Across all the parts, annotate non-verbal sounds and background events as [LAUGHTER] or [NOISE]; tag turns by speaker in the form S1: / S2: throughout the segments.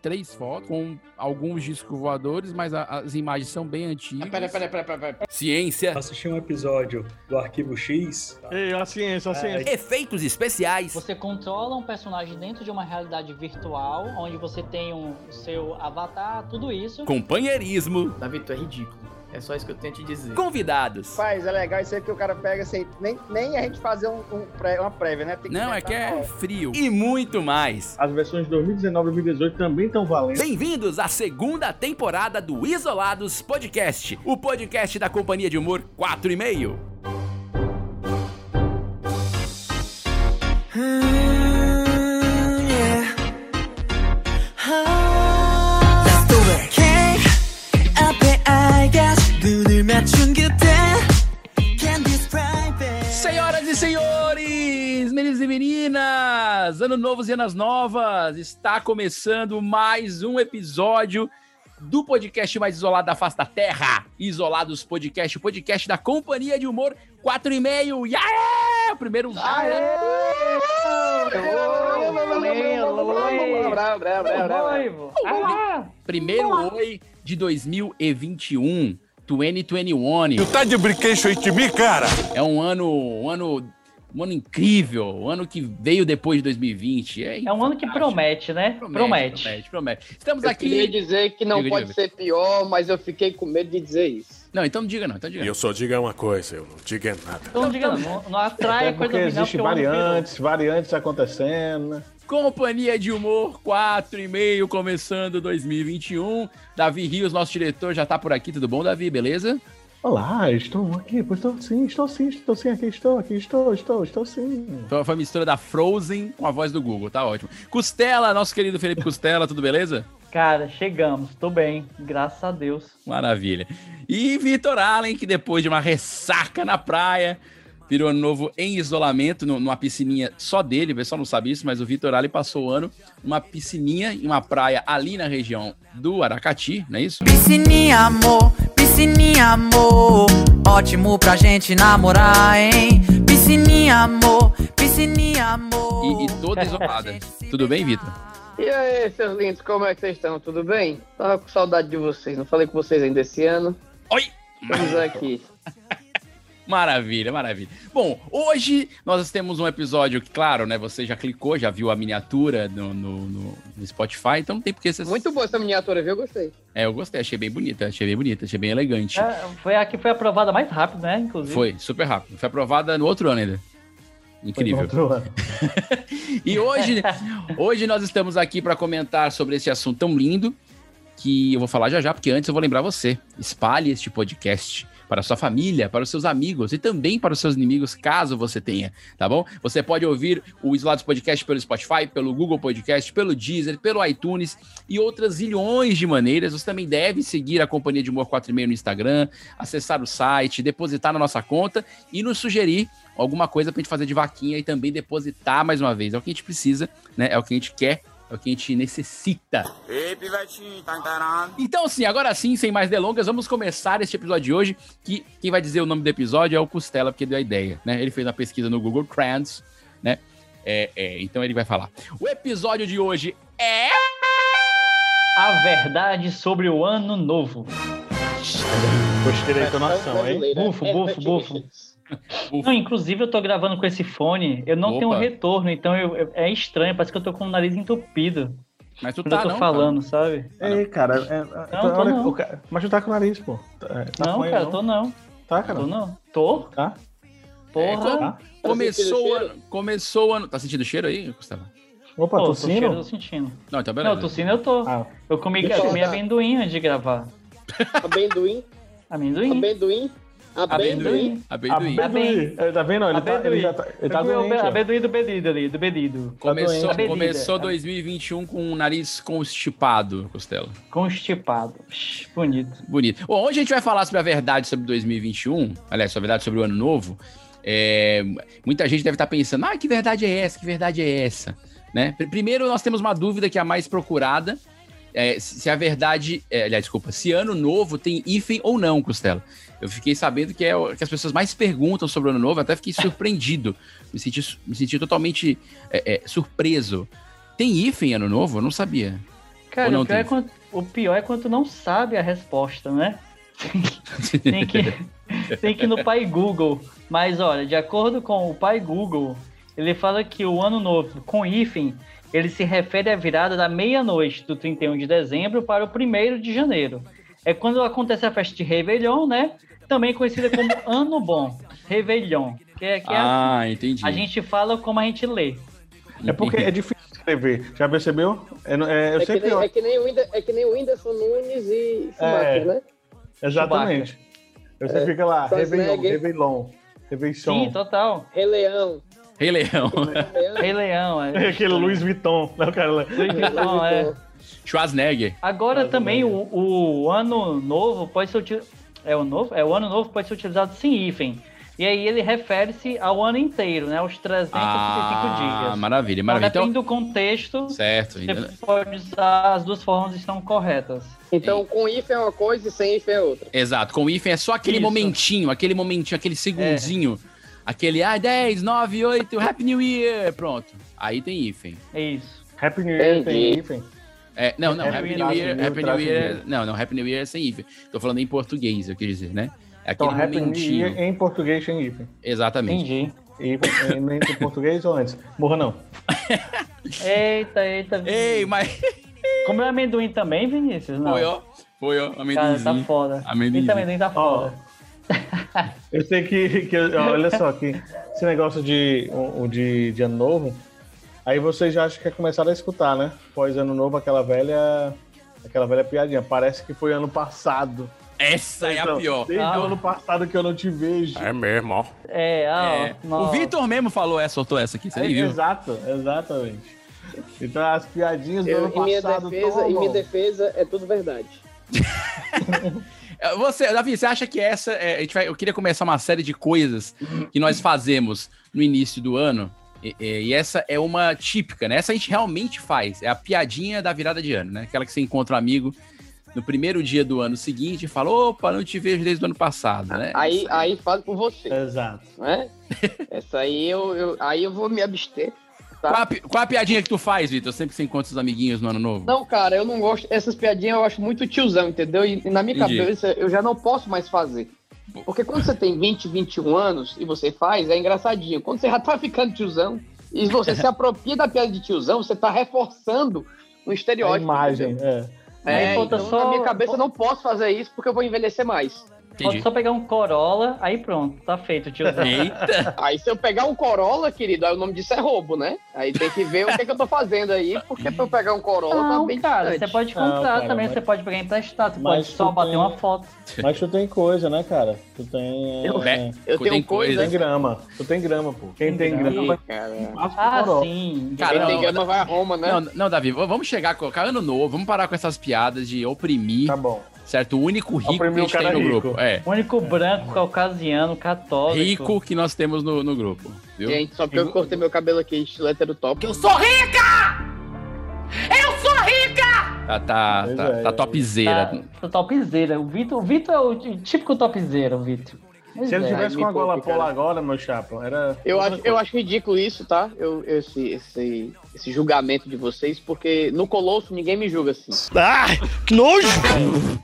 S1: três fotos, com alguns discos voadores, mas a- as imagens são bem antigas.
S2: Ah, Pera, pera, pera, pera, pera.
S3: ciência,
S4: Assisti um episódio do Arquivo X.
S5: Ei, a ciência, a
S6: É,
S5: ciência.
S3: efeitos especiais,
S7: Você controla um personagem dentro de uma realidade virtual, onde você tem um o seu avatar, tudo isso.
S3: companheirismo,
S8: Davi, tu é ridículo. É só isso que eu tenho a te dizer.
S3: convidados.
S2: Rapaz, é legal isso aí que o cara pega isso aí. Nem, nem a gente fazer um, um pré- uma prévia, né? Tem
S3: Não, é que
S2: inventar
S3: é
S2: uma
S3: frio. E muito mais.
S6: As versões de 2019 e 2018 também estão valendo.
S3: Bem-vindos à segunda temporada do Isolados Podcast, o podcast da Companhia de Humor 4 e meio.
S1: Senhoras e senhores, meninos e meninas, ano novos e anos novas, está começando mais um episódio do podcast mais isolado da face da terra, Isolados Podcast, o podcast da Companhia de Humor 4 e meio, e aê! O primeiro...
S7: Noivo. Ah,
S1: Primeiro Oi de 2021. 2021. Tu tá de brinquedo aí de mim, cara? É um ano, um ano, um ano incrível, um ano que veio depois de 2020. É,
S7: É um ano que promete, né? Promete.
S1: promete, promete. Estamos
S2: Eu
S1: aqui.
S2: queria dizer que não
S1: Diga,
S2: pode
S1: diga.
S2: ser pior, mas eu fiquei com medo de dizer isso.
S1: Não, então não diga não, então diga.
S9: E
S1: não.
S9: eu só diga uma coisa, eu não diga nada.
S7: Então diga, não, não
S6: Até
S7: atrai
S6: É,
S7: a coisa
S6: porque
S7: do final
S6: existem
S7: porque o ano virou.
S6: variantes, variantes acontecendo, né?
S1: Companhia de Humor 4 e meio começando 2021. Davi Rios, nosso diretor, já tá por aqui, tudo bom, Davi? Beleza?
S6: Olá, estou aqui, pois estou sim, estou sim, estou sim, aqui estou, aqui estou, estou, estou sim.
S1: Então foi a mistura da Frozen com a voz do Google, tá ótimo. Costela, nosso querido Felipe Costela, tudo beleza?
S7: Cara, chegamos. Tô bem. Graças a Deus.
S1: Maravilha. E Vitor Allen, que depois de uma ressaca na praia, virou ano novo em isolamento, no- numa piscininha só dele, o pessoal não sabe isso, mas o Vitor Allen passou o ano numa piscininha em uma praia ali na região do Aracati, não é isso?
S10: Piscininha, amor, piscininha, amor. Ótimo pra gente namorar, hein? Piscininha, amor, piscininha, amor.
S1: E, e toda isolada. Tudo bem, Vitor?
S2: E aí, seus lindos, como é que vocês estão? Tudo bem? Tava com saudade de vocês, não falei com vocês ainda esse ano.
S1: Oi!
S2: Estamos aqui.
S1: Maravilha, maravilha. Bom, hoje nós temos um episódio que, claro, né? Você já clicou, já viu a miniatura no, no- no- no Spotify, então não tem porque você.
S2: Muito boa essa miniatura, viu? Gostei.
S1: É, eu gostei, achei bem bonita, achei bem bonita, achei bem elegante.
S7: É, foi a que foi aprovada mais rápido, né? Inclusive.
S1: Foi, super rápido. Foi aprovada no outro ano ainda. Incrível.
S6: Outro ano.
S1: E hoje, hoje nós estamos aqui para comentar sobre esse assunto tão lindo que eu vou falar já já, porque antes eu vou lembrar você. Espalhe este podcast para sua família, para os seus amigos e também para os seus inimigos, caso você tenha, tá bom? Você pode ouvir o Isolados Podcast pelo Spotify, pelo Google Podcast, pelo Deezer, pelo iTunes e outras zilhões de maneiras. Você também deve seguir a Companhia de Humor 46 no Instagram, acessar o site, depositar na nossa conta e nos sugerir alguma coisa pra gente fazer de vaquinha e também depositar mais uma vez. É o que a gente precisa, né? É o que a gente quer, é o que a gente necessita. Então, sim, agora sim, sem mais delongas, vamos começar este episódio de hoje, que quem vai dizer o nome do episódio é o Costela, porque deu a ideia, né? Ele fez uma pesquisa no Google Trends, né? É, é, então ele vai falar. O episódio de hoje é...
S7: A verdade sobre o ano novo.
S6: Gostei da entonação, hein?
S7: Bufo, bufo, bufo. Não, inclusive eu tô gravando com esse fone, eu não
S1: Opa.
S7: tenho retorno, então eu- eu- é estranho, parece que eu tô com o nariz entupido
S1: Mas tu
S7: quando
S1: tá,
S7: eu tô
S1: não,
S7: falando, sabe?
S6: Ei, cara, é- é- então,
S7: tô
S6: olha,
S7: não.
S6: o cara- mas tu tá com o nariz, pô. Tá- tá
S7: não,
S6: com ele,
S7: cara, tô não,
S6: Tá, cara?
S7: tô não. Tô?
S6: Tá?
S7: Porra!
S6: Tá?
S1: Cara. É, Começou
S2: sentindo
S1: o
S2: o
S1: ano... Começou o ano... Tá sentindo o cheiro aí, Costela?
S6: Opa,
S7: Pô,
S6: tô
S7: tô cheiro,
S6: tossindo?
S7: tô sentindo.
S1: Não, então beleza.
S7: Não, tossindo eu tô.
S6: Ah,
S7: Eu comi,
S2: Deixa eu
S7: eu comi
S2: olhar.
S7: amendoim antes de gravar.
S2: Amendoim,
S7: Amendoim?
S2: amendoim.
S1: Tá
S2: Amendoim.
S1: Amendoim.
S6: Amendoim. Tá vendo? ah, Ele tá, ele já tá, ele tá
S8: Eu comi o
S6: doente.
S8: be-
S6: ó.
S8: amendoim do pedido ali, do
S7: Tá
S8: pedido.
S1: Começou,
S8: doente.
S1: começou
S8: Bebida.
S1: 2021 com o nariz constipado, Costela.
S7: Constipado. Shhh, Bonito.
S1: Bonito. Bom, hoje a gente vai falar sobre a verdade sobre 2021, aliás, sobre a verdade sobre o ano novo. É, muita gente deve estar pensando, ah, que verdade é essa? Que verdade é essa? Né? Pr- Primeiro, nós temos uma dúvida que é a mais procurada. é, se se a verdade. É, aliás, desculpa, se ano novo tem hífen ou não, Costela. Eu fiquei sabendo que é o que as pessoas mais perguntam sobre o ano novo, eu
S7: [LAUGHS]
S1: até fiquei surpreendido. me, senti, su- me senti totalmente é, é, surpreso. Tem hífen ano novo? Eu não sabia. Ou
S7: Cara,
S1: não
S7: o pior, é
S1: tem?
S7: quando, o pior é quando tu não sabe a resposta, né? Tem que, [LAUGHS] tem que ir no pai Google. Mas olha, de acordo com o pai Google, ele fala que o ano novo com hífen, ele se refere à virada da meia-noite do 31 de dezembro para o 1 de janeiro. É quando acontece a festa de Réveillon, né? Também
S6: [LAUGHS]
S7: conhecida como Ano Bom, Réveillon. Que é, que é a-
S1: [LAUGHS] ah, entendi.
S7: a gente fala como a gente lê.
S6: É porque é difícil escrever. Já percebeu? É, no- é, eu
S2: É que,
S6: sempre.
S2: nem, é, que nem o Whind- é que nem o Whindersson Nunes e Schumacher,
S6: É.
S2: né?
S6: Exatamente. Eu
S2: É.
S6: sempre fico lá, Réveillon,
S2: Schwarzenegger.
S6: Réveillon,
S7: Sim,
S6: Réveillon.
S2: então-
S7: total.
S2: Rei Leão.
S1: Rei Leão.
S6: é?
S2: Rei
S7: [LAUGHS]
S2: Leão.
S7: Rei Leão,
S6: [LAUGHS] [LAUGHS]
S7: é.
S6: Aquele Luiz Vuitton, né, o cara lá.
S7: Luiz Vitão, é.
S1: [LAUGHS] Schwarzenegger.
S7: Agora também o, o ano novo pode ser utilizado. É o novo? É o ano novo pode ser utilizado sem hífen. E aí ele refere-se ao ano inteiro, né? Aos 365
S1: Ah,
S7: dias.
S1: maravilha,
S7: Então,
S1: maravilha.
S7: depende
S1: Então,
S7: do contexto,
S1: certo. né?
S7: você pode usar as duas formas estão corretas.
S2: Então, com if é uma coisa e sem if é outra.
S1: Exato. Com o hífen é só aquele
S7: Isso.
S1: momentinho, aquele momentinho, aquele segundinho. Aquele, ah, 10, 9, 8, Happy New Year. Pronto. Aí tem hífen.
S7: É isso.
S6: Happy New Year tem
S2: Entendi.
S6: hífen.
S1: É, não, não,
S6: Happy
S1: Happy
S6: New
S1: New
S6: Year,
S1: Year, Happy New
S6: traço
S1: Year.
S6: Year.
S1: Não, não, Happy New Year é sem hífen. Tô falando em português, eu quis dizer, né? É
S6: Então,
S1: aquele
S6: Happy New
S1: momentinho.
S6: Year em português tem hífen.
S1: Exatamente.
S7: Entendi.
S6: E é, nem em português ou antes? Morra não.
S7: Eita, eita.
S1: Ei, mas [LAUGHS]
S7: Comeu amendoim também, Vinícius? Não.
S1: foi, ó. Foi, ó.
S7: Cara,
S1: Amendoinzinho.
S7: tá foda.
S1: Amendoinzinho.
S7: Eita, amendoim tá
S6: Ó, [LAUGHS]
S7: foda.
S6: eu sei que, que ó, olha só, que esse negócio de, o- o de, de ano novo, aí vocês já acham que é começaram a escutar, né? Pós ano novo, aquela velha. Aquela velha piadinha. Parece que foi ano passado.
S1: Essa é a
S6: Então,
S1: pior. Ah,
S6: Desde
S7: Ah.
S6: o ano passado que eu não te vejo.
S9: É mesmo, ó.
S7: É, ah,
S1: É.
S7: ó,
S1: O
S7: nossa.
S1: Vitor mesmo falou essa, soltou essa aqui, você
S6: É,
S1: nem viu.
S6: Exato, exatamente. Então as piadinhas do
S2: Eu,
S6: ano
S2: em minha
S6: passado.
S2: defesa, em
S6: tomam.
S2: minha defesa, é tudo verdade.
S1: É, Você, Davi, você acha que essa. é, a gente vai, eu queria começar uma série de coisas
S6: Uhum.
S1: que nós fazemos no início do ano. E, e- e essa é uma típica, né? Essa a gente realmente faz. É a piadinha da virada de ano, né? Aquela que você encontra um amigo no primeiro dia do ano seguinte e fala: opa, não te vejo desde o ano passado, né?
S2: Aí, aí falo por você,
S6: Exato.
S2: né? Essa aí eu, eu- aí eu vou me abster.
S6: tá.
S1: Qual, a, pi- qual a piadinha que tu faz, Vitor? Sempre que você encontra os amiguinhos no ano novo?
S2: Não, cara, eu não gosto. Essas piadinhas eu acho muito tiozão, entendeu? E e na minha
S1: Entendi.
S2: cabeça eu já não posso mais fazer. Porque quando você tem 20, 21 anos e você faz, é engraçadinho. Quando você já tá ficando tiozão e você se apropria da piada de tiozão, você tá reforçando o
S6: A
S2: estereótipo.
S6: É imagem.
S2: entendeu?
S6: É.
S2: É,
S7: Aí falta
S2: então,
S7: só-
S2: na minha cabeça eu não posso fazer isso porque eu vou envelhecer mais.
S1: [LAUGHS]
S7: Pode só pegar um Corolla, aí pronto, tá feito, tiozão.
S1: Eita!
S2: Aí se eu pegar um Corolla, querido, aí o nome disso é roubo, né? Aí tem que ver o que, que eu tô fazendo aí, porque pra eu pegar um Corolla
S7: Não,
S2: tá bem
S7: cara,
S2: distante.
S7: você pode
S6: Não,
S7: comprar
S6: cara,
S7: também,
S6: mas-
S7: você pode pegar emprestado, você pode
S6: Mas
S7: só
S6: tu
S7: bater
S6: tem-
S7: uma foto.
S6: Mas tu tem coisa, né, cara? Tu tem. é,
S1: Eu-
S6: tem
S2: Eu
S1: Tem
S2: tenho
S1: coisa,
S2: coisa.
S1: né?
S6: grama. Tu tem grama, pô. Quem tem,
S7: Tem
S6: grama,
S2: Ih,
S6: vai
S2: cara.
S7: Ah,
S6: pro coroa.
S7: sim.
S1: Cara,
S2: Quem
S1: não,
S2: tem grama vai a Roma, né?
S1: Não, não, Davi, v- vamos chegar com com ano novo, vamos parar com essas piadas de oprimir,
S6: Tá bom.
S1: certo? O único rico que a
S6: Oprimir o
S1: gente tem
S6: cara
S1: no
S6: rico.
S1: grupo. É.
S7: O único branco, caucasiano, católico.
S1: rico que nós temos no, no grupo. Viu?
S2: Gente, só porque eu cortei meu cabelo aqui, estilo hétero top.
S3: Eu sou rico!
S1: Tá, tá,
S6: Pois
S1: tá,
S6: é,
S1: tá
S6: é.
S1: topzera.
S7: Tá, tá topzera. O Vitor, o Vitor é o t- típico topzera, o Vitor. Pois
S6: Se ele
S7: é.
S2: tiver-
S6: tivesse
S2: aí
S6: com
S2: me
S6: a gola
S2: poupe, cara.
S6: pola agora, meu chapa, era.
S2: Eu acho, eu acho ridículo isso, tá? Eu, esse, esse, esse julgamento de vocês, porque no Colosso ninguém me julga assim.
S9: Ah, que nojo!
S7: [LAUGHS]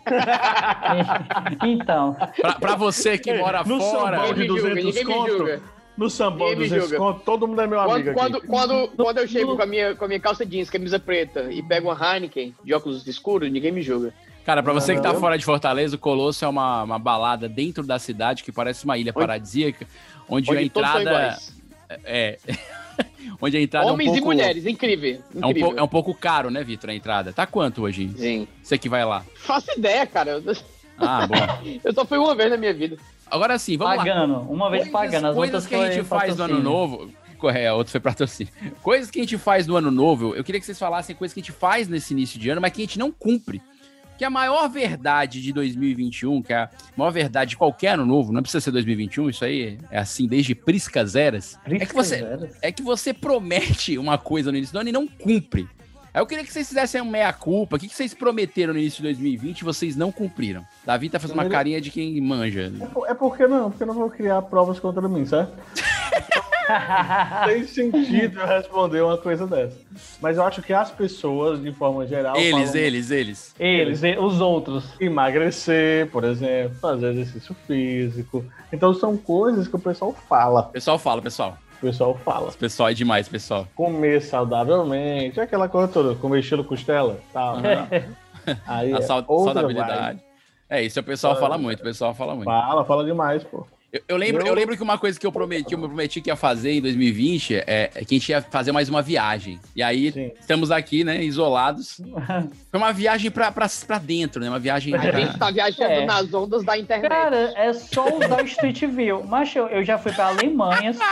S7: Então,
S1: Pra, pra você que mora
S6: No
S1: fora.
S6: sambão.
S2: Ninguém me julga,
S6: 200
S2: ninguém me
S6: conto.
S2: julga.
S6: No sambão
S2: Ele
S6: dos
S2: julga.
S6: descontos, todo mundo é meu amigo
S2: Quando,
S6: aqui.
S2: quando, quando, quando eu chego com a, minha, com a minha calça jeans, camisa preta e pego uma Heineken de óculos escuros, ninguém me julga.
S1: Cara, pra você que tá
S6: Não.
S1: fora de Fortaleza, o Colosso é uma, uma balada dentro da cidade que parece uma ilha paradisíaca, onde, a
S2: Onde todos são
S1: entrada.
S2: iguais.
S1: É. [LAUGHS] onde a entrada
S2: Homens
S1: é um
S2: e
S1: pouco.
S2: mulheres, incrível.
S1: É um,
S2: incrível.
S1: pouco, é um pouco caro, né, Vitor, a entrada? Tá quanto hoje?
S2: Sim.
S1: Você que vai lá.
S2: Faço ideia, cara. Eu,
S1: Ah, bom.
S2: [LAUGHS] eu só fui uma vez na minha vida.
S1: Agora sim, vamos
S2: Tá
S1: lá.
S7: pagando. Uma vez
S1: Coisas-
S7: pagando. As
S1: coisas
S7: outras
S1: que a gente
S7: foi
S1: faz no ano
S7: patrocínio.
S1: novo. Correto, a outra foi patrocínio. Coisas que a gente faz no ano novo, eu queria que vocês falassem coisas que a gente faz nesse início de ano, mas que a gente não cumpre. Que a maior verdade de 2021, que é a maior verdade de qualquer ano novo, não precisa ser 2021, isso aí é assim desde priscas eras, é que você é que você promete uma coisa no início do ano e não cumpre. Aí eu queria que vocês fizessem uma meia-culpa. O que que vocês prometeram no início de 2020 e vocês não cumpriram? Davi tá fazendo uma
S6: Primeiro-
S1: carinha de quem manja.
S6: É por- É porque não, porque eu não vou criar provas contra mim, sabe? Não [LAUGHS] tem sentido eu responder uma coisa dessa. Mas eu acho que as pessoas, de forma geral,
S1: Eles,
S6: falam
S1: eles, eles.
S7: Eles, e-
S1: [LAUGHS]
S7: os outros.
S6: emagrecer, por exemplo, fazer exercício físico. Então são coisas que o pessoal fala.
S1: Pessoal fala, pessoal.
S6: O pessoal fala.
S1: Esse pessoal é demais, pessoal.
S6: Comer saudavelmente, aquela coisa toda, comer estilo costela, tal. né?
S1: [LAUGHS]
S6: Aí
S1: A
S6: é
S1: sau-
S6: outra
S1: saudabilidade. É isso, o pessoal
S6: Ah,
S1: fala muito, o pessoal fala
S6: vibe.
S1: muito.
S6: Fala, fala demais, pô.
S1: Eu, eu lembro,
S6: eu-
S1: eu lembro que uma coisa que eu prometi, que eu me prometi que ia fazer em 2020 é, é que a gente ia fazer mais uma viagem. E aí
S6: Sim.
S1: estamos aqui, né, isolados. Foi uma viagem pra, pra, pra dentro, né? Uma viagem.
S2: A
S1: [LAUGHS]
S2: gente tá viajando
S7: É.
S2: nas ondas da internet.
S7: Cara, é só usar o Street View. Mas eu, eu já fui pra
S1: Ah,
S7: Alemanha,
S1: tá.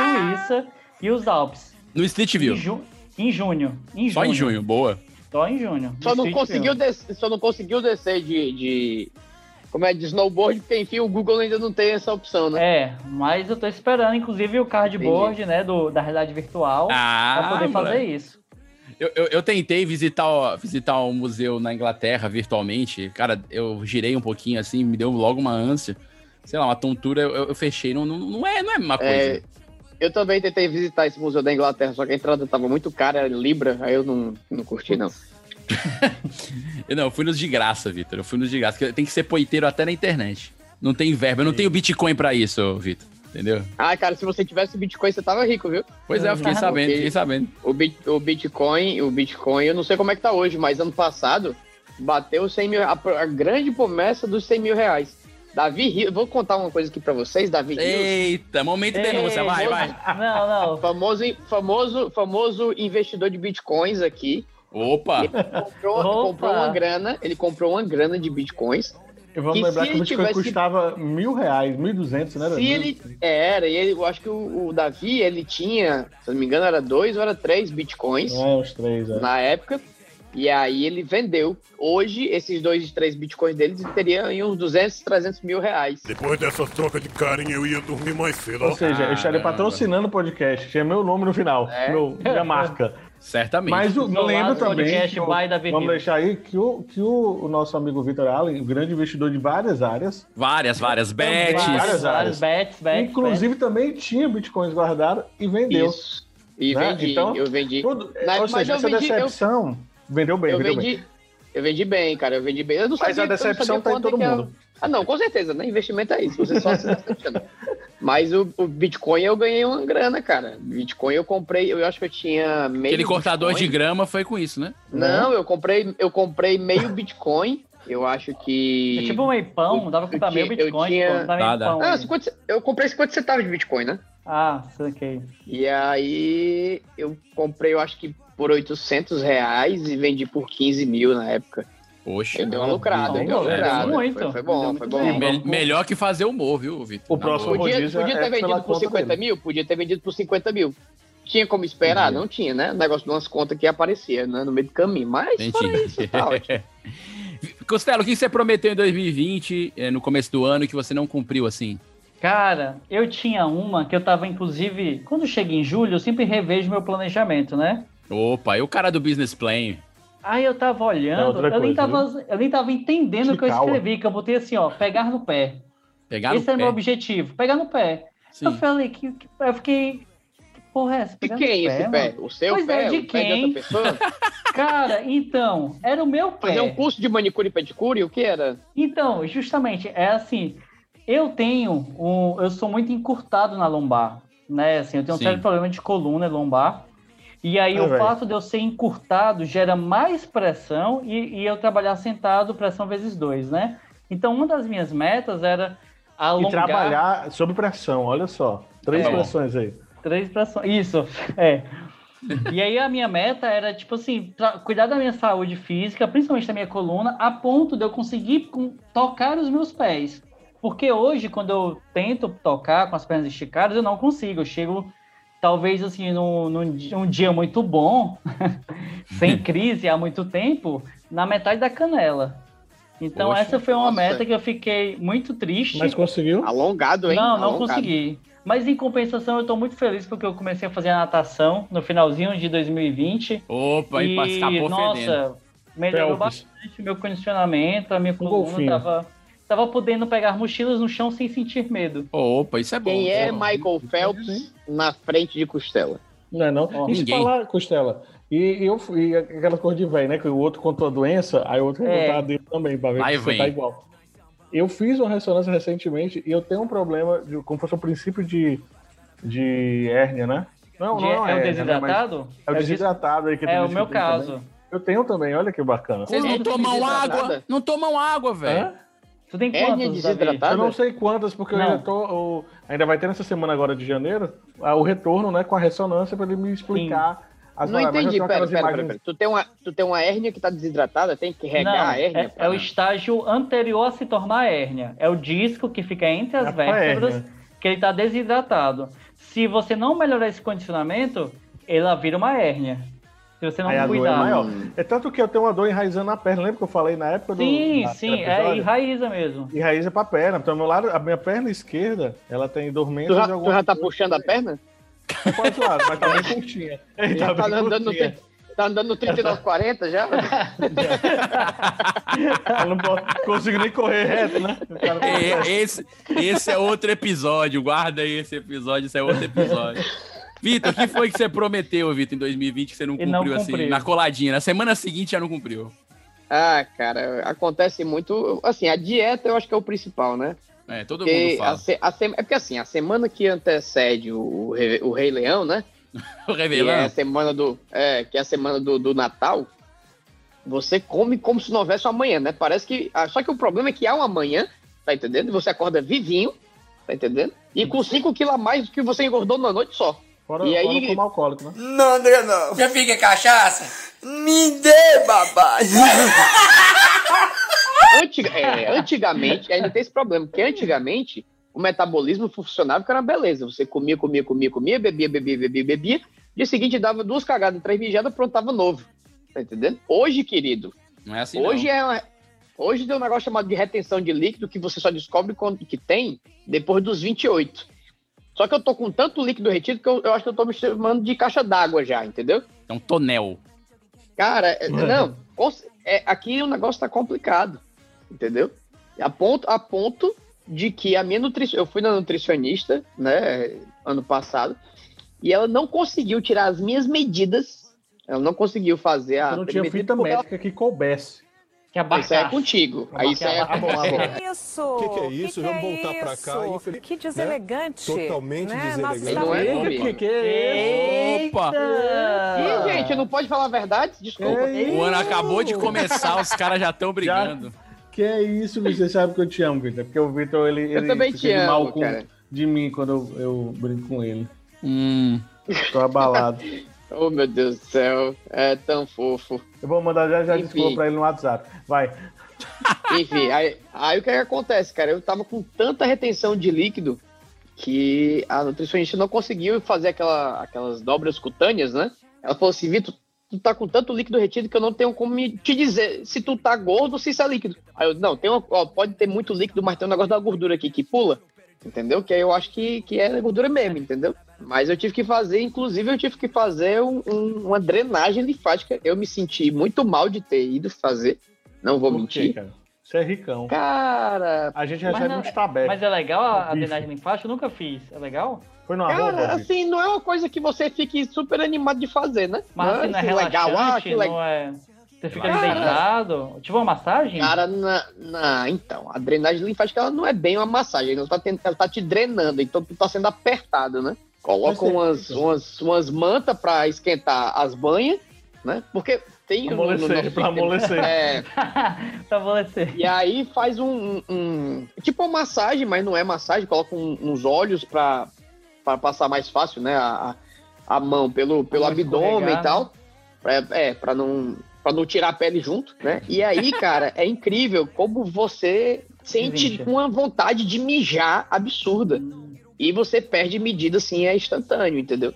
S7: Suíça e os Alpes.
S1: No Street
S7: Em,
S1: View.
S7: ju- em junho. Em junho.
S1: Só em junho, boa.
S7: Só em junho.
S2: Só não
S7: Street
S2: conseguiu
S7: View.
S2: descer, só não conseguiu descer de, de- como é de snowboard, porque enfim, o Google ainda não tem essa opção, né?
S7: É, mas eu tô esperando, inclusive, o cardboard, né, do, da realidade virtual, pra
S1: Ah,
S7: poder fazer
S1: moleque.
S7: isso.
S1: Eu, eu, eu tentei visitar, o- visitar um museu na Inglaterra virtualmente. Cara, eu girei um pouquinho assim, me deu logo uma ânsia. Sei lá, uma tontura, eu, eu fechei. Não, não, não é, não é a mesma coisa.
S2: É, eu também tentei visitar esse museu da Inglaterra, só que a entrada tava muito cara, era em libra, aí eu não, não curti não.
S1: Eu não, eu fui nos de graça, Vitor. Eu fui nos de graça. porque Tem que ser poiteiro até na internet. Não tem verba, eu não tenho Bitcoin pra isso, Vitor. Entendeu?
S2: Ah, cara, se você tivesse Bitcoin, você tava rico, viu?
S1: Pois é, eu fiquei
S7: Ah,
S1: sabendo,
S2: ok.
S1: fiquei sabendo.
S2: O, Bit- o Bitcoin, o Bitcoin, eu não sei como é que tá hoje, mas ano passado bateu 100 mil, a, pro- a grande promessa dos 100 mil reais. Davi Rios, vou contar uma coisa aqui pra vocês, Davi Rios.
S1: Eita, momento
S7: Ei,
S1: denúncia, vai,
S2: moço.
S1: vai.
S7: Não,
S6: [LAUGHS]
S7: não.
S2: Famoso, famoso, famoso investidor de bitcoins aqui.
S1: Opa!
S2: comprou,
S7: Opa!
S2: comprou uma grana, ele comprou uma grana de bitcoins.
S6: E vamos
S2: E
S6: lembrar
S2: se
S6: que o
S2: ele
S6: Bitcoin
S2: tivesse-
S6: custava mil reais, mil e duzentos, né?
S2: Se
S6: Mil-
S2: ele era, e ele, eu acho que o, o Davi, ele tinha, se eu não me engano, era dois ou era três bitcoins
S6: É, uns três, é.
S2: na época. E aí ele vendeu. Hoje, esses dois, três bitcoins dele teriam em uns 200, 300 mil reais.
S9: Depois dessa troca de carinha, eu ia dormir mais cedo.
S6: Ou
S9: ó.
S6: seja, eu estaria
S1: Caramba.
S6: patrocinando o podcast, tinha meu nome no final,
S2: É.
S6: meu,
S2: [LAUGHS]
S6: minha marca.
S1: Certamente.
S6: Mas o,
S7: Isolado,
S6: lembro também,
S7: podcast
S6: que o-
S7: by Davi
S6: vamos
S7: Rios.
S6: deixar aí, que o, que o, o nosso amigo Vitor Allen, o grande investidor de várias áreas,
S1: Várias, várias bets.
S6: Várias áreas.
S7: Então, bets, bets,
S6: inclusive também tinha bitcoins guardados e vendeu.
S2: Isso. E
S6: Né?
S2: vendi,
S6: Então,
S2: eu vendi.
S6: Tudo-
S2: Mas-
S6: ou
S2: mas
S6: seja,
S2: eu
S6: essa
S2: vendi- eu-
S6: decepção vendeu bem,
S2: eu
S6: vendeu
S2: vendi.
S6: bem.
S2: Eu vendi bem, cara, eu vendi bem. Eu não
S6: Mas
S2: sabia,
S6: a
S2: eu não sabia
S6: decepção tá em
S2: quanto é
S6: todo
S2: que era.
S6: mundo.
S2: Ah, não, com certeza, né? Investimento é isso, você só se decepciona. Mas o, o Bitcoin eu ganhei uma grana, cara. Bitcoin eu comprei, eu acho que eu tinha meio.
S1: Aquele cortador de
S2: Bitcoin.
S1: grama foi com isso, né?
S2: Não, eu comprei, eu comprei meio Bitcoin. Eu acho que.
S7: É tipo um- meio pão, dava pra comprar
S2: Eu
S7: meio
S2: tinha-
S7: bitcoin,
S2: eu tinha-
S7: pô, não dá meio
S1: Dá, dá.
S7: pão.
S2: Ah, 50 eu comprei 50 centavos de Bitcoin, né?
S7: Ah, saquei.
S2: E aí eu comprei, eu acho que por 800 reais e vendi por 15 mil na época.
S1: Poxa.
S2: Eu dei uma lucrada, eu dei uma
S7: Bom,
S2: lucrada.
S7: muito.
S2: Foi, foi bom,
S7: Muito
S2: foi
S7: bem.
S2: bom.
S1: Me- é melhor que fazer o humor, viu, Vitor?
S6: O
S1: Na
S6: próximo
S1: boa.
S6: rodízio
S2: Podia, podia
S6: é
S2: ter
S6: pela
S2: vendido por
S6: conta
S2: 50
S6: dele.
S2: mil? Podia ter vendido por 50 mil. Tinha como esperar? Não tinha, né? O negócio de umas contas que aparecia né? no meio do caminho. Mas fora
S1: Entendi. [LAUGHS]
S2: isso,
S6: [LAUGHS]
S2: tá ótimo.
S1: Costello, o que você prometeu em 2020, eh, no começo do ano, que você não cumpriu assim?
S7: Cara, eu tinha uma que eu tava, inclusive, quando chega em julho, eu sempre revejo meu planejamento, né?
S1: Opa, e o cara do business plan?
S7: Aí eu tava
S6: É
S7: olhando,
S6: outra
S7: eu,
S6: coisa,
S7: nem tava, eu nem tava entendendo o que eu
S6: Chikawa.
S7: escrevi, que eu botei assim, ó, pegar no pé.
S1: Pegar
S7: Esse
S1: no
S7: é
S1: pé.
S7: meu objetivo, pegar no pé. Eu
S1: Sim.
S7: falei, que, que- eu fiquei, que porra é essa?
S2: De
S7: Pegar no
S2: quem esse pé?
S7: mano?
S2: O seu
S7: Pois
S2: pé?
S7: é, de
S2: o pé
S7: quem?
S2: de outra
S7: [LAUGHS]
S2: pessoa?
S7: Cara, então, era o meu pé.
S1: é
S2: Fazer um curso de manicure e pedicure? O que era?
S7: Então, justamente, é assim, eu tenho um, eu sou muito encurtado na lombar, né? Assim, eu tenho um
S1: Sim.
S7: sério problema de coluna e lombar. E aí
S6: Ah,
S7: o
S6: velho.
S7: fato de eu ser encurtado gera mais pressão e, e eu trabalhar sentado, pressão vezes dois, né? Então, uma das minhas metas era
S6: E
S7: alongar
S6: trabalhar sob pressão, olha só. Três
S1: Tá bom.
S6: pressões aí.
S7: Três pressões. Isso, é. E aí a minha meta era, tipo assim, tra- cuidar da minha saúde física, principalmente da minha coluna, a ponto de eu conseguir com- tocar os meus pés. Porque hoje, quando eu tento tocar com as pernas esticadas, eu não consigo. Eu chego, talvez, assim, num, num di- um dia muito bom, [LAUGHS] sem crise há muito tempo, na metade da canela. Então,
S1: Poxa,
S7: essa foi uma
S2: nossa.
S7: meta que eu fiquei muito triste.
S6: Mas conseguiu?
S2: Alongado, hein?
S7: Não, não
S2: Alongado.
S7: consegui. Mas em compensação, eu tô muito feliz porque eu comecei a fazer a natação no finalzinho de 2020.
S1: Opa, e,
S7: e,
S1: escapou fedendo.
S7: nossa, melhorou
S6: Felps. Um
S7: bastante o meu condicionamento, a minha coluna
S6: golfinho.
S7: tava, tava podendo pegar mochilas no chão sem sentir medo.
S1: Opa, isso é bom.
S2: Quem é
S1: Pô,
S2: Michael Phelps na frente de Costela?
S6: Não é não?
S7: Ó,
S6: e se
S1: ninguém.
S6: falar, Costela, e, e eu fui, e aquela coisa de velho, né? Que o outro contou a doença, aí o outro vai
S7: É.
S6: contar a dele também, pra ver
S1: Lá
S6: se
S1: vem.
S6: você tá igual. Eu fiz uma ressonância recentemente e eu tenho um problema, de, como fosse o princípio de, de hérnia, né? Não,
S7: De-
S6: não uma
S7: é o
S6: hérnia, né?
S7: desidratado?
S6: Mas É o
S7: Eu disse-
S6: desidratado aí que tem
S7: É o
S6: gente
S7: meu
S6: que tem
S7: caso.
S6: também. Eu tenho também, olha que É. bacana.
S1: Vocês não
S7: Quantos
S1: tomam
S2: desidratada?
S1: água? Não tomam água, velho.
S6: Hã?
S7: Tu tem
S2: Hérnia
S6: é
S7: quantos, Davi?
S2: desidratada?
S6: Eu não sei quantas, porque
S7: Não.
S6: eu ainda tô. o- ainda vai ter nessa semana agora de janeiro ah, o retorno, né? Com a ressonância pra ele me explicar as paradas,
S2: não
S6: mas eu
S2: entendi,
S6: tenho
S2: pera, pera,
S6: aquelas
S2: pera,
S6: imagens-
S2: pera. Tu tem, uma, tu tem uma hérnia que tá desidratada, tem que regar
S7: Não,
S2: a hérnia? né?
S7: é,
S2: pra-
S7: é o estágio anterior a se tornar hérnia. É o disco que fica entre as
S6: Dá pra
S7: vértebras,
S6: hérnia.
S7: que ele está desidratado. Se você não melhorar esse condicionamento, ela vira uma hérnia. Se você não
S6: Aí a dor é
S7: cuidar.
S6: maior. É tanto que eu tenho uma dor enraizando na perna. Lembra que eu falei na época do.
S7: sim,
S6: naquele
S7: sim, é
S6: episódio?
S7: enraiza mesmo.
S6: Enraiza pra perna. Então, meu lado, a minha perna esquerda, ela tem dormência
S2: Tu já,
S6: de
S2: tu
S6: algum
S2: já tá puxando
S6: [LAUGHS]
S2: a perna?
S6: pra outro lado, mas tá bem
S2: [LAUGHS]
S6: curtinha. É,
S2: Já tá
S6: bem
S2: andando no
S6: curtinha.
S2: 30, tá andando no 39, 40 já?
S6: [LAUGHS] Eu não posso- consigo nem correr reto, né? O cara tá-
S1: É, esse, esse é outro episódio. Guarda aí esse episódio, esse é outro episódio. Vitor, o que foi que você prometeu, Vitor, em 2020 que você não
S7: E
S1: cumpriu,
S7: não
S1: assim,
S7: cumpriu.
S1: na coladinha? Na semana seguinte já não cumpriu.
S2: Ah, cara, acontece muito. Assim, a dieta eu acho que é o principal, né?
S1: É, todo mundo
S2: Porque
S1: [LAUGHS]
S2: a
S1: fala.
S2: se- a sema- é porque assim, a semana que antecede o, o Re- o Rei Leão, né?
S1: O
S2: Que é a
S1: Revelão.
S2: semana do, é, que é a semana do, do Natal, você come como se não houvesse um amanhã, né? Parece que. ah, Só que o problema é que há um amanhã, tá entendendo? Você acorda vivinho, tá entendendo? E com 5 quilos a mais do que você engordou na noite só.
S6: Fora,
S2: E
S6: e
S2: aí-
S6: aí... como alcoólico, né?
S10: Não, André, não. Já fica cachaça? Me dê, babá.
S2: Antig- é, antigamente, ainda tem esse problema, porque antigamente o metabolismo funcionava que era uma beleza. Você comia, comia, comia, comia, bebia, bebia, bebia, bebia. Dia seguinte dava duas cagadas, três mijadas, pronto, tava novo. Tá entendendo? Hoje, querido,
S1: Não é assim,
S2: hoje
S1: não.
S2: é uma- hoje tem um negócio chamado de retenção de líquido que você só descobre quando que tem depois dos 28. Só que eu tô com tanto líquido retido que eu, eu acho que eu tô me chamando de caixa d'água já, entendeu?
S1: É um tonel.
S2: Cara, é- não, com ce- é, aqui o negócio tá complicado, entendeu? A ponto, a ponto de que a minha nutricionista, eu fui na nutricionista, né, ano passado, e ela não conseguiu tirar as minhas medidas, ela não conseguiu fazer a...
S6: Eu não tinha
S2: medida
S6: fita
S2: porque ela-
S6: métrica que coubesse.
S7: Que é
S2: Isso aí é
S7: abacar.
S2: contigo, aí isso aí é...
S6: Ah, bom, ah, bom.
S10: Isso.
S5: Que que é isso? Vamos voltar pra cá, infeliz- né?
S10: Que deselegante.
S5: Totalmente
S10: né?
S5: deselegante.
S10: Nossa,
S2: Não é?
S10: tá-
S6: Que que é isso?
S1: Opa!
S7: Eita!
S2: Ih, gente, não pode falar a verdade? Desculpa.
S6: É,
S1: O ano acabou de começar, os caras já estão brigando.
S6: Que é isso, Vitor? Você sabe que eu te amo, Vitor. Porque o Vitor, ele,
S2: Eu
S6: ele
S2: também
S6: fica
S2: te
S6: é de mal
S2: amo,
S6: com-
S2: cara.
S6: de mim quando eu, eu brinco com ele.
S1: Hum.
S6: Tô abalado.
S2: Oh, meu Deus do céu, é tão fofo.
S6: eu vou mandar já, já
S2: Enfim.
S6: desculpa pra ele no WhatsApp. Vai.
S2: Enfim, aí, aí o que, que acontece, cara? Eu tava com tanta retenção de líquido que a nutricionista não conseguiu fazer aquela, aquelas dobras cutâneas, né? Ela falou assim, Vitor, tu tá com tanto líquido retido que eu não tenho como me- te dizer se tu tá gordo ou se isso é líquido. Aí eu, não, tem uma- ó, pode ter muito líquido, mas tem um negócio da gordura aqui que pula, entendeu? Que aí eu acho que, que é gordura mesmo, entendeu? Mas eu tive que fazer, inclusive eu tive que fazer um- um- uma drenagem linfática. Eu me senti muito mal de ter ido fazer, não vou
S6: Por quê,
S2: mentir.
S6: cara? Você é ricão.
S2: Cara,
S6: A gente
S7: Mas
S6: recebe
S7: não-
S6: um tabé.
S7: Mas é legal a
S6: Bife.
S7: drenagem linfática? Eu nunca fiz. É legal?
S6: Foi numa
S2: cara,
S6: roupa, Vitor?
S2: assim, não é uma coisa que você fique super animado de fazer, né?
S7: Mas assim, não é
S2: assim,
S7: relaxante,
S2: legal, ah, que legal.
S7: não é... Você fica
S1: Cara.
S7: deitado. Tipo uma massagem?
S2: Cara, na, na- então, a drenagem linfática ela não é bem uma massagem, ela tá, tendo- ela tá te drenando, então tu tá sendo apertado, né? Coloca
S6: Mas você-
S2: umas, umas, umas mantas pra esquentar as banhas, né? Porque tem no- no
S6: Amolecer,
S2: nosso
S6: pra
S2: sistema-
S6: amolecer.
S2: É,
S7: [LAUGHS] pra você.
S2: E aí faz um, um- um- tipo uma massagem, mas não é massagem, coloca um- uns olhos pra, pra passar mais fácil, né? A, a a mão pelo, pelo
S7: mão
S2: abdômen
S7: escorregar,
S2: e tal. É, é, né? pra não, pra não tirar a pele junto, né? E aí, cara, é incrível como você sente
S7: Mijar.
S2: uma vontade de mijar absurda. E você perde medida, assim, é instantâneo, entendeu?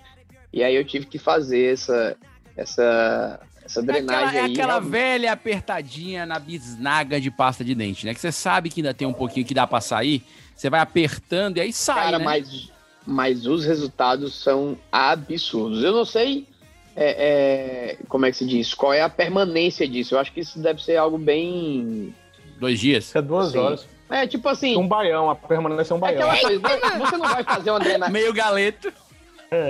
S2: E aí eu tive que fazer essa, essa, essa
S1: É
S2: drenagem
S1: aquela, é
S2: aí.
S1: aquela
S2: realmente.
S1: velha apertadinha na bisnaga de pasta de dente, né? Que você sabe que ainda tem um pouquinho que dá pra sair. Você vai apertando e aí sai,
S2: Cara,
S1: né?
S2: mas, mas os resultados são absurdos. Eu não sei é, é, como é que se diz, qual é a permanência disso. Eu acho que isso deve ser algo bem.
S1: Dois dias.
S6: Isso é duas
S2: Sim.
S6: horas.
S2: É tipo assim.
S6: Um baião, a permanência é um
S2: é
S6: baião.
S2: aquela coisa, né? você não vai fazer uma drenagem,
S1: Meio galeto.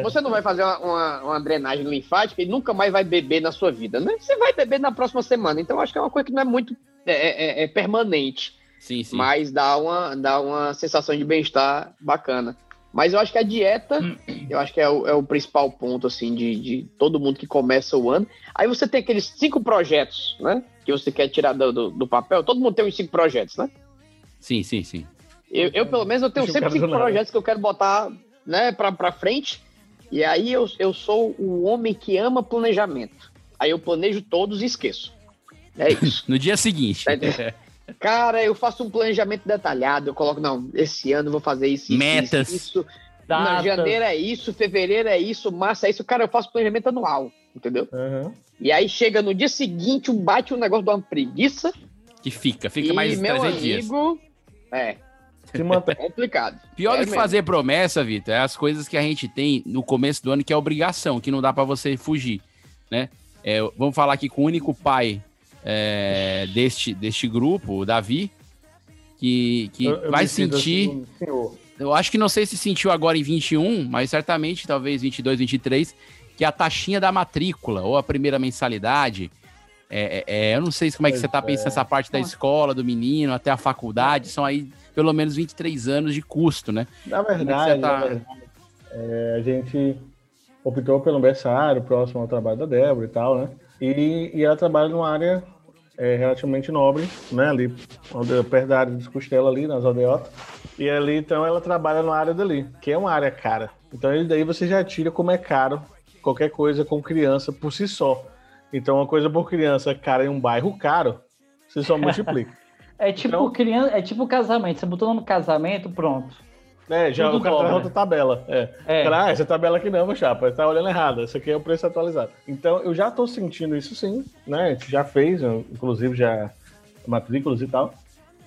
S2: você não vai fazer uma, uma- uma drenagem linfática e nunca mais vai beber na sua vida, né? Você vai beber na próxima semana. Então eu acho que é uma coisa que não é muito é, é- é permanente.
S1: Sim, sim.
S2: mas dá uma, dá uma sensação de bem-estar bacana. Mas eu acho que a dieta,
S6: Hum.
S2: eu acho que é o, é o principal ponto, assim, de, de todo mundo que começa o ano. Aí você tem aqueles cinco projetos, né? Que você quer tirar do, do, do papel. Todo mundo tem uns cinco projetos, né?
S1: Sim, sim, sim.
S2: Eu, eu, pelo menos, eu tenho
S6: Deixa o
S2: sempre
S6: cara
S2: cinco
S6: do nada.
S2: projetos que eu quero botar, né, pra, pra frente. E aí eu, eu sou o homem que ama planejamento. Aí eu planejo todos e esqueço. É isso.
S1: No dia seguinte.
S2: Tá entendendo? Cara, eu faço um planejamento detalhado. Eu coloco, não, esse ano eu vou fazer isso. isso,
S1: Metas.
S2: Isso. isso. Na
S7: Datas.
S2: janeiro é isso, fevereiro é isso, março é isso. Cara, eu faço planejamento anual, entendeu?
S6: Aham.
S2: E aí chega no dia seguinte, um bate um negócio de uma preguiça.
S1: [LAUGHS] Que fica,
S2: e
S1: fica mais
S2: meu
S1: 300 dias.
S2: amigo. É,
S6: Se mantém.
S2: complicado.
S1: Pior
S2: É
S1: do que
S2: mesmo.
S1: fazer promessa, Vitor, é as coisas que a gente tem no começo do ano que é obrigação, que não dá pra você fugir, né? É, vamos falar aqui com o único pai é, deste, deste grupo, o Davi, que, que
S6: Eu- eu
S1: vai
S6: me sinto
S1: sentir...
S6: assim, senhor.
S1: Eu acho que não sei se sentiu agora em 21, mas certamente, talvez 22, 23, que a taxinha da matrícula ou a primeira mensalidade. é- é- é, eu não sei como é que você tá pensando essa parte da escola, do menino, até a faculdade, são aí pelo menos 23 anos de custo, né?
S6: Na
S1: Como é que você
S6: verdade,
S1: tá?
S6: na verdade, é, a gente optou pelo berçário, próximo ao trabalho da Débora e tal, né? E, e ela trabalha numa área é, relativamente nobre, né? Ali, onde- perto da área dos costelas ali, nas aldeotas. E ali, então, ela trabalha numa área dali, que é uma área cara. Então, aí daí você já tira como é caro qualquer coisa com criança por si só. Então, uma coisa por criança cara em um bairro caro, você
S1: [LAUGHS]
S6: só multiplica.
S7: É tipo
S6: Então-
S7: criança, é tipo casamento. Você botou no casamento, pronto.
S6: É, já
S7: Tudo
S6: o cara traz
S7: dobra.
S6: outra tabela. É.
S7: É.
S6: Cara, ah, essa tabela aqui não, meu chapa, tá olhando errado. Esse aqui é o preço atualizado. Então, eu já tô sentindo isso sim, né? A gente já fez, eu, inclusive, já matrículas e tal.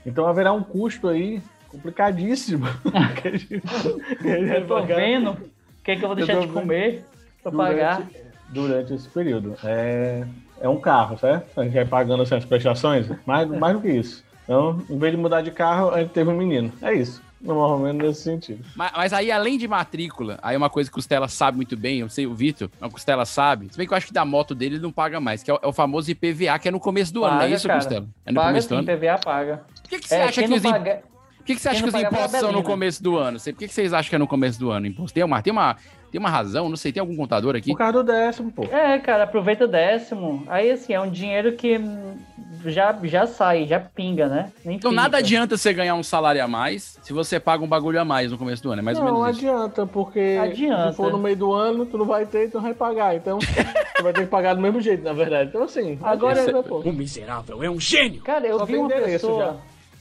S6: Então, haverá um custo aí complicadíssimo. [LAUGHS] que a gente, que a gente vai
S7: Eu tô
S6: pagar
S7: vendo. O que, é que eu vou
S6: Eu
S7: deixar
S6: tô
S7: de
S6: vendo.
S7: comer pra
S6: durante-
S7: pagar?
S1: É
S6: Durante esse período. É, é um carro, certo? A gente vai pagando assim, as prestações, mais, mais do que isso. Então, em vez de mudar de carro, a gente teve um menino. É isso. Normalmente nesse sentido.
S1: Mas, mas aí, além de matrícula, aí uma coisa que o Costela sabe muito bem, eu sei, o Vitor, mas o Costela sabe, se bem que eu acho que da moto dele ele não paga mais, que é o, é o famoso IPVA, que é no começo do ano, não é
S7: Paga,
S1: isso,
S7: cara.
S1: Costela? É no
S7: Paga
S1: começo do
S7: sim,
S1: ano?
S7: PVA paga.
S1: Por que, que você
S7: É,
S1: acha
S7: quem
S1: que
S7: não
S1: os, im-
S7: paga...
S1: Por que, que você acha
S7: Quem
S1: que
S7: não
S1: os
S7: pagava
S1: impostos
S7: era
S1: são no
S7: Belina.
S1: começo do ano? Você- Por que, que vocês acham que é no começo do ano? Imposto? Tem uma, tem uma, tem uma razão, não sei, tem algum contador aqui?
S6: Por causa do décimo, pô.
S7: É, cara, aproveita o décimo. Aí, assim, é um dinheiro que hum, já, já sai, já pinga, né? Nem
S1: Então
S7: fica.
S1: nada adianta você ganhar um salário a mais se você paga um bagulho a mais no começo do ano, é mais
S6: não,
S1: ou menos isso.
S6: adianta, porque
S7: Adianta.
S6: se for no meio do ano, tu não vai ter, então vai pagar. [LAUGHS] Então, tu vai ter que pagar do mesmo jeito, na verdade. Então, assim,
S7: Agora-
S6: adianta, pô.
S3: O miserável é um gênio!
S7: Cara, eu
S6: Só
S7: vi
S6: tem
S7: uma
S6: endereço
S7: pessoa.
S6: já.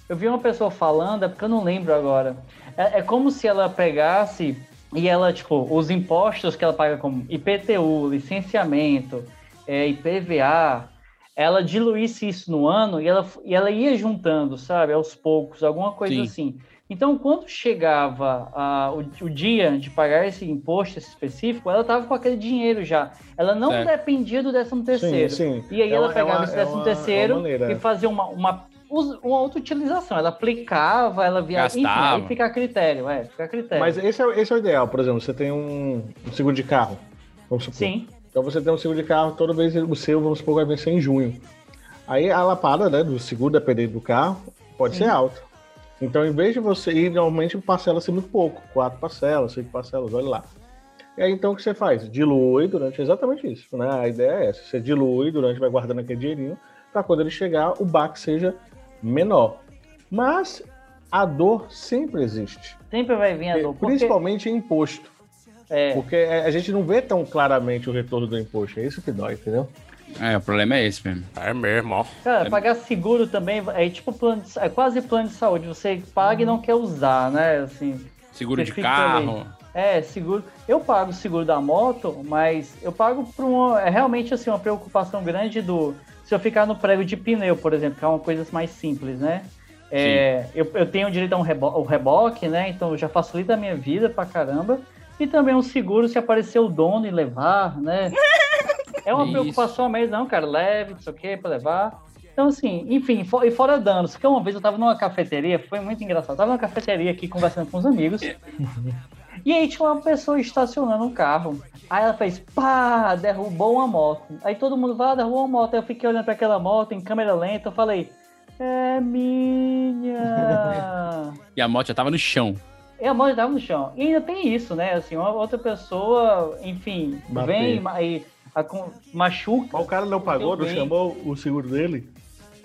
S7: Eu vi uma pessoa falando, é porque eu não lembro agora. É, é como se ela pegasse e ela, tipo, os impostos que ela paga como IPTU, licenciamento, é, IPVA, ela diluísse isso no ano e ela, f- e ela ia juntando, sabe, aos poucos, alguma coisa
S1: Sim.
S7: assim. Então, quando chegava ah, o, o dia de pagar esse imposto específico, ela estava com aquele dinheiro já. Ela não
S1: Certo.
S7: dependia do décimo terceiro.
S6: sim.
S7: E aí
S6: É
S7: ela
S6: uma- é
S7: pegava
S6: uma-
S7: esse
S6: é
S7: décimo
S6: uma-
S7: terceiro
S6: é uma maneira.
S7: e fazia uma, uma, us- uma outra utilização. Ela aplicava, ela via.
S1: Gastava.
S7: Enfim, aí fica a critério, é, fica a critério.
S6: Mas esse é, esse é o ideal, por exemplo, você tem um, um seguro de carro, vamos supor.
S7: Sim,
S6: Então você tem um seguro de carro, toda vez o seu, vamos supor, vai vencer em junho. Aí a lapada, né, do seguro, dependendo do carro, pode ser alta. Então, em vez de você ir, normalmente parcela-se muito pouco. Quatro parcelas, cinco parcelas, olha lá. E aí, então, o que você faz? Dilui durante exatamente isso, né? A ideia é essa. Você dilui durante, vai guardando aquele dinheirinho, para quando ele chegar, o baque seja menor. Mas a dor sempre existe.
S7: sempre vai vir a dor. É, Porque
S6: É, Principalmente em imposto.
S7: É,
S6: Porque a gente não vê tão claramente o retorno do imposto. É isso que dói, entendeu?
S1: É, o problema é esse mesmo.
S9: É mesmo, ó.
S7: cara, pagar seguro também é tipo plano de, é quase plano de saúde. Você paga e não quer usar, né? Assim,
S1: Seguro
S7: Você
S1: de
S7: fica
S1: carro.
S7: ali. É, seguro. Eu pago o seguro da moto, mas eu pago por uma. É realmente assim, uma preocupação grande do. Se eu ficar no prego de pneu, por exemplo, que é uma coisa mais simples, né? É, eu, eu tenho direito a um rebo- ao reboque, né? Então já facilita a minha vida pra caramba. E também um seguro se aparecer o dono e levar, né? É uma
S1: Isso.
S7: preocupação a mais, não, cara, leve, não sei o que, pra levar. Então, assim, enfim, fo- e fora danos, porque uma vez eu tava numa cafeteria, foi muito engraçado, eu tava numa cafeteria aqui conversando com os amigos, e aí tinha uma pessoa estacionando um carro. Aí ela fez pá, derrubou uma moto. Aí todo mundo vai, "Ah, derrubou uma moto. Aí eu fiquei olhando pra aquela moto em câmera lenta, eu falei, é minha.
S1: E a moto já tava no chão.
S7: E a moto tava no um chão. E ainda tem isso, né? Assim, uma outra pessoa, enfim,
S6: Bateu.
S7: vem ma- e a con- machuca.
S6: Mas o cara não pagou, não
S7: bem.
S6: chamou o seguro dele?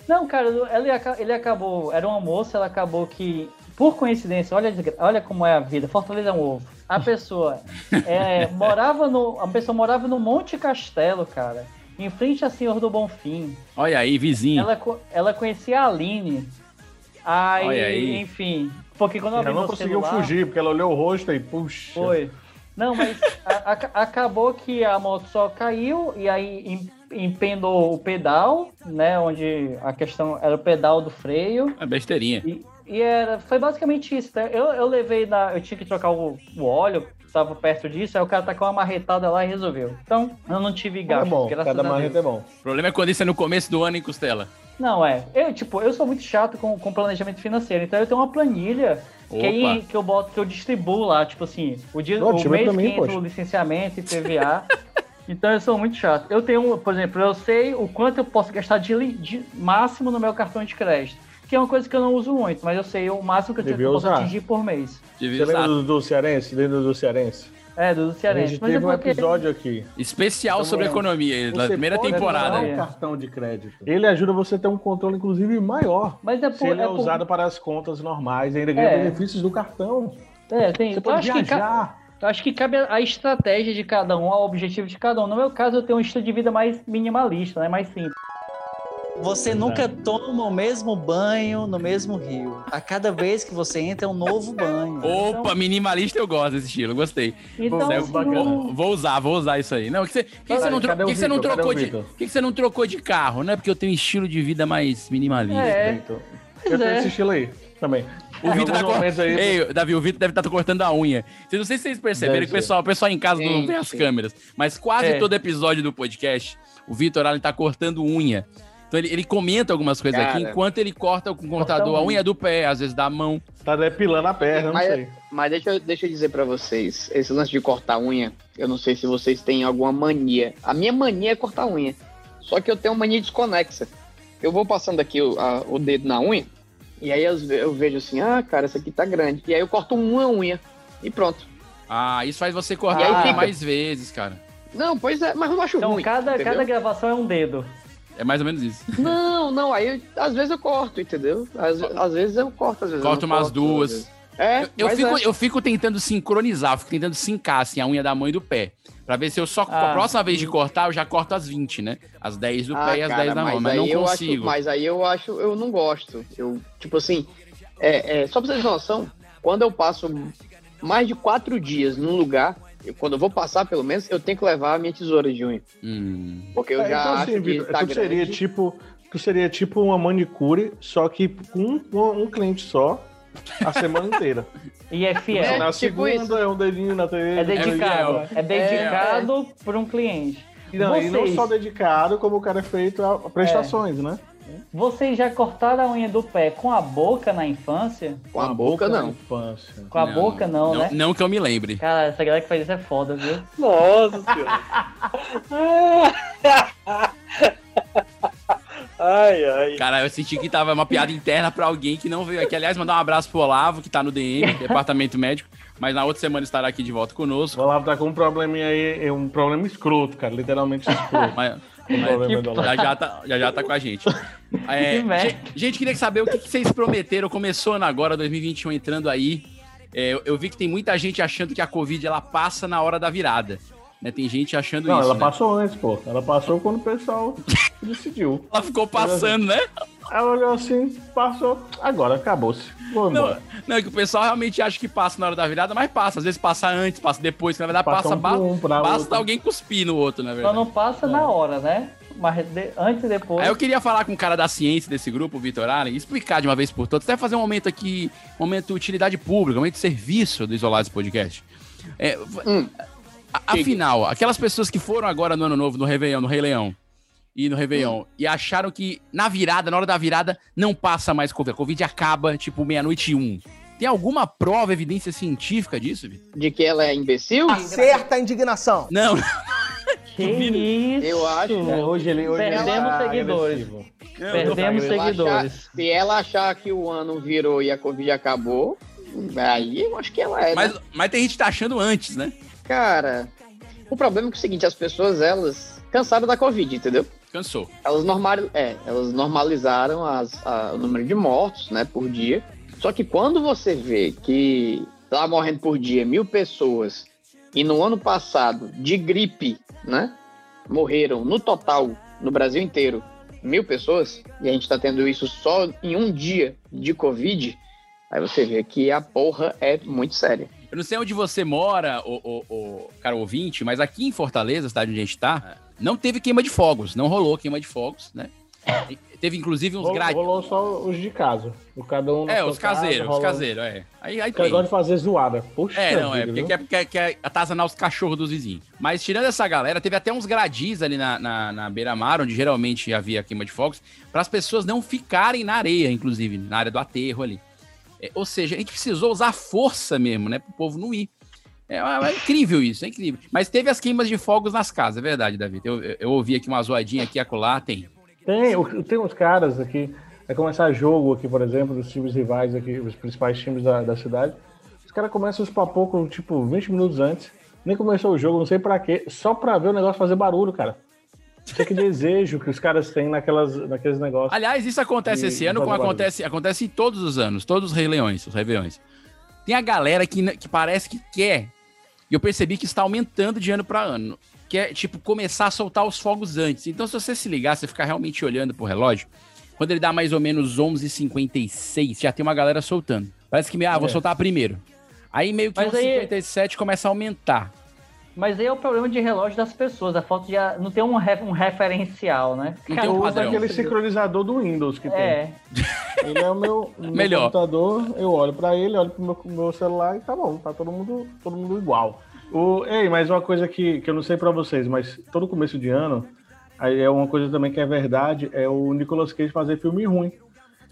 S7: Não, cara, ele, aca- ele acabou, era uma moça, ela acabou que, por coincidência, olha, a desgra- olha como é a vida, Fortaleza é um ovo.
S6: [LAUGHS]
S7: A pessoa é, morava no. A pessoa morava no Monte Castelo, cara. Em frente a Senhor do Bonfim.
S1: Olha aí, vizinho.
S7: Ela, co- ela conhecia a Aline. Aí,
S1: Olha aí.
S7: enfim. Porque quando eu
S6: Ela
S7: abri
S6: não
S7: meu
S6: conseguiu
S7: celular-
S6: fugir, porque ela olhou o rosto e, puxa.
S7: foi. Não, mas a- a- acabou que a moto só caiu e aí em- empenou o pedal, né? Onde a questão era o pedal do freio.
S1: É besteirinha.
S7: E, e era, foi basicamente isso. né? Eu, eu levei na. Eu tinha que trocar o, o óleo, tava perto disso, aí o cara tacou uma marretada lá e resolveu. Então, eu não tive
S6: É
S7: gasto,
S6: bom,
S7: graças
S6: cada
S7: a Deus.
S6: marreta é bom.
S1: O problema é quando isso é no começo do ano, hein, Costela?
S7: Não, é. Eu, tipo, eu sou muito chato com, com planejamento financeiro, então eu tenho uma planilha que, aí,
S1: Opa.
S7: que eu boto, que eu distribuo lá, tipo assim, o dia,
S6: Não,
S7: o
S6: distribui
S7: mês
S6: pra mim,
S7: que entra
S6: poxa.
S7: o licenciamento
S6: [LAUGHS]
S7: e PVA. então eu sou muito chato. Eu tenho, por exemplo, eu sei o quanto eu posso gastar de, li- de máximo no meu cartão de crédito. Que é uma coisa que eu não uso muito, mas eu sei o máximo que eu,
S6: Devia
S7: eu posso
S6: usar.
S7: atingir por mês.
S1: Devia
S6: Você lembra
S1: usar.
S6: do, do Cearense? Lembra do Cearense?
S7: É, do
S6: A
S7: Cearense.
S6: gente
S7: Mas é
S6: teve um
S7: porque-
S6: episódio aqui.
S1: Especial
S6: Vamos
S1: sobre
S7: um-
S6: lá.
S1: economia, da
S6: Você
S1: primeira
S6: pode
S1: temporada.
S6: usar
S7: É.
S6: um cartão de crédito. Ele ajuda você a ter um controle, inclusive, maior.
S7: Mas é
S6: Se
S7: por,
S6: ele
S7: é
S6: é
S7: por-
S6: usado para as contas normais, ainda ganha
S7: É.
S6: benefícios do cartão.
S7: É, tem.
S6: Você
S7: eu
S6: pode
S7: acho que ca-
S6: viajar.
S7: Eu acho que cabe a a estratégia de cada um, ao objetivo de cada um. No meu caso, eu tenho um estilo de vida mais minimalista, né? Mais simples.
S11: Você nunca toma o mesmo banho no mesmo rio. A cada vez que você entra é um novo banho.
S1: Opa, minimalista eu gosto desse estilo, gostei.
S7: Então,
S1: Zé,
S7: assim,
S6: bacana.
S7: não-
S1: é Vou, vou usar, vou usar isso aí. Não, que você, que que você não, tro-
S6: cadê o
S1: que que você não
S6: Vitor? Cadê
S1: trocou
S6: o
S1: de,
S6: Vitor?
S1: que que você não trocou de carro, né? Porque eu tenho um estilo de vida mais minimalista.
S7: É.
S6: Então,
S7: Pois
S6: eu tenho
S7: é.
S6: esse estilo aí também.
S1: O
S6: Em
S1: Vitor tá
S6: alguns momentos
S1: cortando.
S6: aí-
S1: Ei, Davi, o Vitor deve estar cortando a unha. Vocês não sei se vocês perceberam
S6: Deve
S1: que o pessoal, o pessoal em casa não vê as
S2: Gente.
S1: câmeras, mas quase
S7: É.
S1: todo episódio do podcast, o Vitor Allen tá cortando unha. Então ele, ele comenta algumas coisas aqui
S2: Cara.
S1: enquanto ele corta com o computador a
S7: unha.
S1: unha do pé, às vezes da mão.
S6: Tá depilando a perna, não
S2: Mas-
S6: sei.
S2: Mas deixa eu, deixa eu dizer pra vocês, esse lance de cortar unha, eu não sei se vocês têm alguma mania. A minha mania é cortar unha. Só que eu tenho uma mania desconexa. Eu vou passando aqui o, a- o dedo na unha, e aí eu, eu vejo assim, ah, cara, essa aqui tá grande. E aí eu corto uma unha. E pronto.
S1: Ah, isso faz você
S2: E aí
S1: cortar
S2: fica.
S1: mais vezes, cara.
S2: Não, pois é, mas eu não acho
S7: Então,
S2: ruim.
S7: cada,
S2: entendeu?
S7: cada gravação é um dedo.
S1: É mais ou menos isso.
S2: Não, não, aí eu- às vezes eu corto, entendeu? Às, às vezes eu corto, às vezes eu
S1: Corto
S2: não
S1: umas
S2: corto,
S1: duas.
S2: às vezes. É,
S1: Eu- Eu,
S2: mas
S1: fico,
S2: é.
S1: eu fico tentando sincronizar, eu fico tentando sincar assim, a unha da mão e do pé. Pra ver se eu só.
S7: Ah.
S1: a próxima vez de cortar, eu já corto as 20, né? As 10 do
S2: Ah,
S1: pé e as
S2: cara,
S1: 10 da mão. Mas
S2: aí
S1: não
S2: eu
S1: consigo.
S2: Acho, mas aí eu acho, eu não gosto. Eu, tipo assim, é, é, só pra vocês terem noção, quando eu passo mais de quatro dias num lugar, eu- quando eu vou passar, pelo menos, eu tenho que levar a minha tesoura de unha.
S1: Hum.
S2: Porque eu
S6: É,
S2: já
S6: então,
S2: acho
S6: assim,
S2: que
S6: Vitor,
S2: tá
S6: tu seria
S2: grande.
S6: tipo. Tu seria tipo uma manicure, só que com um, um cliente só a semana inteira.
S7: E é
S2: É,
S7: fiel.
S6: na
S2: tipo
S6: segunda
S2: isso.
S6: é um dedinho na TV.
S7: É dedicado.
S1: é
S7: É dedicado por um cliente.
S6: E não, e não
S7: Vocês-
S6: só dedicado, como o cara é feito a prestações, né?
S7: Vocês já cortaram a unha do pé com a boca na infância?
S2: Com a boca,
S6: né?
S2: não.
S6: Infância.
S7: Com a
S1: Não,
S7: boca, não, né?
S1: Não que eu me lembre.
S7: Cara, essa galera que faz isso é foda, viu?
S11: Nossa senhora. ai, ai.
S1: Cara, eu senti que tava uma piada interna pra alguém que não veio aqui. Aliás, mandar um abraço pro Olavo, que tá no
S2: [LAUGHS]
S1: DM, Departamento Médico. Mas na outra semana estará aqui de volta
S6: O
S1: conosco.
S6: Olavo tá com um probleminha aí, é um problema escroto, cara.
S1: [LAUGHS]
S6: Literalmente escroto.
S1: Mas,
S6: o problema
S7: que
S6: do Olavo.
S1: Já já tá, já já tá com a
S7: [LAUGHS]
S1: gente. É,
S7: Que merda.
S1: gente, gente, queria saber o que, que vocês prometeram começando agora, 2021 entrando aí. é, eu, eu vi que tem muita gente achando que a Covid ela passa na hora da virada. Né? Tem gente achando
S6: Não,
S1: isso.
S6: ela
S1: né?
S6: passou antes, pô. Ela passou quando o pessoal [LAUGHS] decidiu.
S1: Ela ficou passando, né?
S6: Ela olhou assim, passou, agora acabou-se. Vou
S1: Não,
S6: embora.
S1: não, é que o pessoal realmente acha que passa na hora da virada, mas passa. Às vezes passa antes, passa depois, que na verdade
S6: Passa
S1: passa,
S6: um
S1: ba-
S6: por um pra
S1: basta
S6: outro.
S1: alguém cuspir no outro, na
S7: Só
S1: verdade.
S7: não passa na hora, né? Mas de- antes e depois.
S1: é. Aí eu queria falar com o cara da ciência desse grupo, o Vitor Allen, e explicar de uma vez por todas, até fazer um momento aqui, um momento utilidade pública, um momento de serviço do Isolados Podcast. É, v- a- afinal, aquelas pessoas que foram agora no Ano Novo, no Réveillon, no Rei Leão, e no Réveillon, e acharam que na virada, na hora da virada, não passa mais Covid. A Covid acaba, tipo, meia-noite e um. Tem alguma prova, evidência científica disso, Vitor?
S2: De que ela é imbecil?
S12: Acerta a indignação.
S1: Não.
S7: Que isso?
S2: Eu acho.
S6: É, hoje ele- hoje ele
S7: Perdemos
S6: tá
S7: seguidores.
S6: agressivo.
S7: Perdemos
S2: Se ela
S7: seguidores.
S2: achar- se ela achar que o ano virou e a Covid acabou, aí eu acho que ela
S1: [LAUGHS]
S2: é.
S1: Mas,
S2: né?
S1: mas tem gente que tá achando antes, né?
S2: Cara, o problema é que é o seguinte, as pessoas, elas cansaram da Covid, entendeu?
S1: Cansou.
S2: Elas, normal, é, elas normalizaram as- a- o número de mortos, né, por dia. Só que quando você vê que tá morrendo por dia mil pessoas e no ano passado, de gripe, né, morreram no total, no Brasil inteiro, mil pessoas, e a gente tá tendo isso só em um dia de Covid, aí você vê que a porra é muito séria.
S1: Eu não sei onde você mora, o, cara ouvinte, mas aqui em Fortaleza, cidade onde a gente
S6: É.
S1: tá, não teve queima de fogos, não rolou queima de fogos, né? E Teve inclusive uns
S6: Rolou,
S1: grades.
S6: rolou só os de casa. O cada um na
S1: É,
S6: sua
S1: os
S6: casa,
S1: caseiros, os
S6: rolou-
S1: caseiros, é. Aí, aí
S6: Que
S1: tem.
S6: agora de fazer zoada. Puxa,
S1: É, não, é,
S6: vida,
S1: porque
S6: viu?
S1: quer, quer, quer atazanar os cachorros dos vizinhos. Mas tirando essa galera, teve até uns gradis ali na, na, na beira-mar, onde geralmente havia queima de fogos, para as pessoas não ficarem na areia, inclusive, na área do aterro ali. É, ou seja, a gente precisou usar força mesmo, né, pro povo não ir. É, é incrível isso, é incrível. Mas teve as queimas de fogos nas casas, é verdade, Davi. Eu, eu- eu ouvi aqui uma zoadinha aqui acolá, tem.
S6: Tem, o- tem uns caras aqui. Vai começar jogo aqui, por exemplo, dos times rivais aqui, os principais times da, da cidade. Os caras começam os papocos, tipo, 20 minutos antes. Nem começou o jogo, não sei pra quê, só pra ver o negócio fazer barulho, cara. Isso é que desejo que os caras têm naquelas, naqueles negócios.
S1: Aliás, isso acontece
S6: E-
S1: esse
S6: e
S1: ano, como
S6: fazer barulho.
S1: acontece, acontece em todos os anos, todos os Rei Leões, os Réveillões. Tem a galera que, n- que parece que quer, e eu percebi que está aumentando de ano para ano, que é, tipo, começar a soltar os fogos antes. Então, se você se ligar, você ficar realmente olhando pro relógio, quando ele dá mais ou menos 11h56, já tem uma galera soltando. Parece que, meio, ah, vou
S7: É.
S1: soltar primeiro. Aí meio que
S7: Mas aí-
S1: 11h57 começa a aumentar.
S7: Mas aí é o problema de relógio das pessoas. A falta de. Não tem um, ref- um referencial, né?
S6: eu uso aquele sincronizador do Windows que
S7: É.
S6: tem. Ele é o
S1: [LAUGHS]
S6: meu, meu
S1: Melhor.
S6: computador, eu olho pra ele, olho pro meu, meu celular e tá bom, tá todo mundo, todo mundo igual. O, ei, mas uma coisa que, que eu não sei pra vocês, mas todo começo de ano, aí é uma coisa também que é verdade, é o Nicolas Cage fazer filme ruim.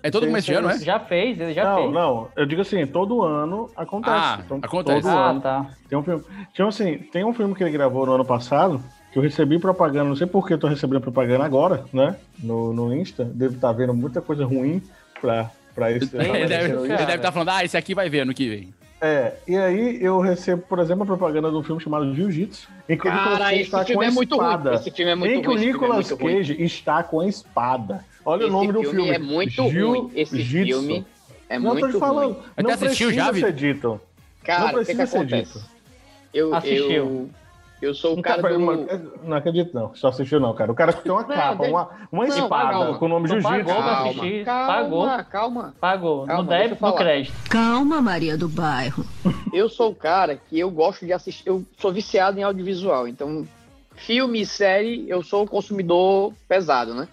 S1: É todo
S6: Tem-
S1: começo de
S6: tem
S1: ano,
S6: esse-
S1: é?
S7: Já fez, ele já
S6: não,
S7: fez.
S6: não. Eu digo assim, todo ano acontece.
S1: Ah,
S6: Então,
S1: acontece.
S6: Todo
S7: Ah,
S6: ano.
S7: tá.
S6: Tem um filme. Tipo assim, tem um filme que ele gravou no ano passado, que eu recebi propaganda, não sei por que eu tô recebendo propaganda agora, né? No, no Insta. Devo estar vendo muita coisa ruim pra, pra esse. pra
S1: Ele deve
S6: esse-
S1: ele
S6: esse-
S1: deve estar falando, ah, esse aqui vai ver ano que vem.
S6: É, e aí eu recebo, por exemplo, a propaganda de um filme chamado Jiu-Jitsu. Em que o
S2: Cara,
S6: Nicolas Cage
S2: esse
S6: tá com
S2: filme
S6: a
S2: é muito ruim.
S6: espada.
S2: Esse filme é muito
S6: em que o
S2: ruim, esse filme é
S6: Nicolas
S2: muito ruim.
S6: Cage está com a espada. Olha
S2: Esse
S6: o nome do
S2: filme
S6: filme.
S2: é muito ruim. Esse
S6: Jiu-Jitsu.
S2: filme é
S6: não,
S2: muito
S6: eu tô te falando.
S2: ruim.
S1: Até
S6: Não
S1: assistiu
S6: precisa
S1: já,
S6: ser
S1: Vitor?
S6: dito.
S2: Cara,
S6: não
S2: o que, que
S6: precisa ser
S2: acontece?
S6: dito.
S2: Eu,
S7: Assistiu.
S2: eu, eu sou o
S6: Um
S2: cara
S6: cara-
S2: do...
S6: uma- Não acredito, não. Só assistiu, não, cara. O cara tem uma capa,
S2: deixa-
S6: uma, uma
S2: Não,
S6: espada
S2: calma.
S6: com o nome
S7: Não
S6: Jiu-Jitsu.
S7: pagou pra
S2: Calma,
S7: assistir.
S2: calma,
S7: Pagou.
S2: calma.
S7: Pagou.
S2: Calma,
S7: no
S2: deixa eu
S7: débito, no
S2: falar.
S7: crédito.
S13: Calma, Maria do Bairro.
S2: Eu sou o cara que eu gosto de assistir... Eu sou viciado em audiovisual, então... Filme e série, eu sou um consumidor pesado, né?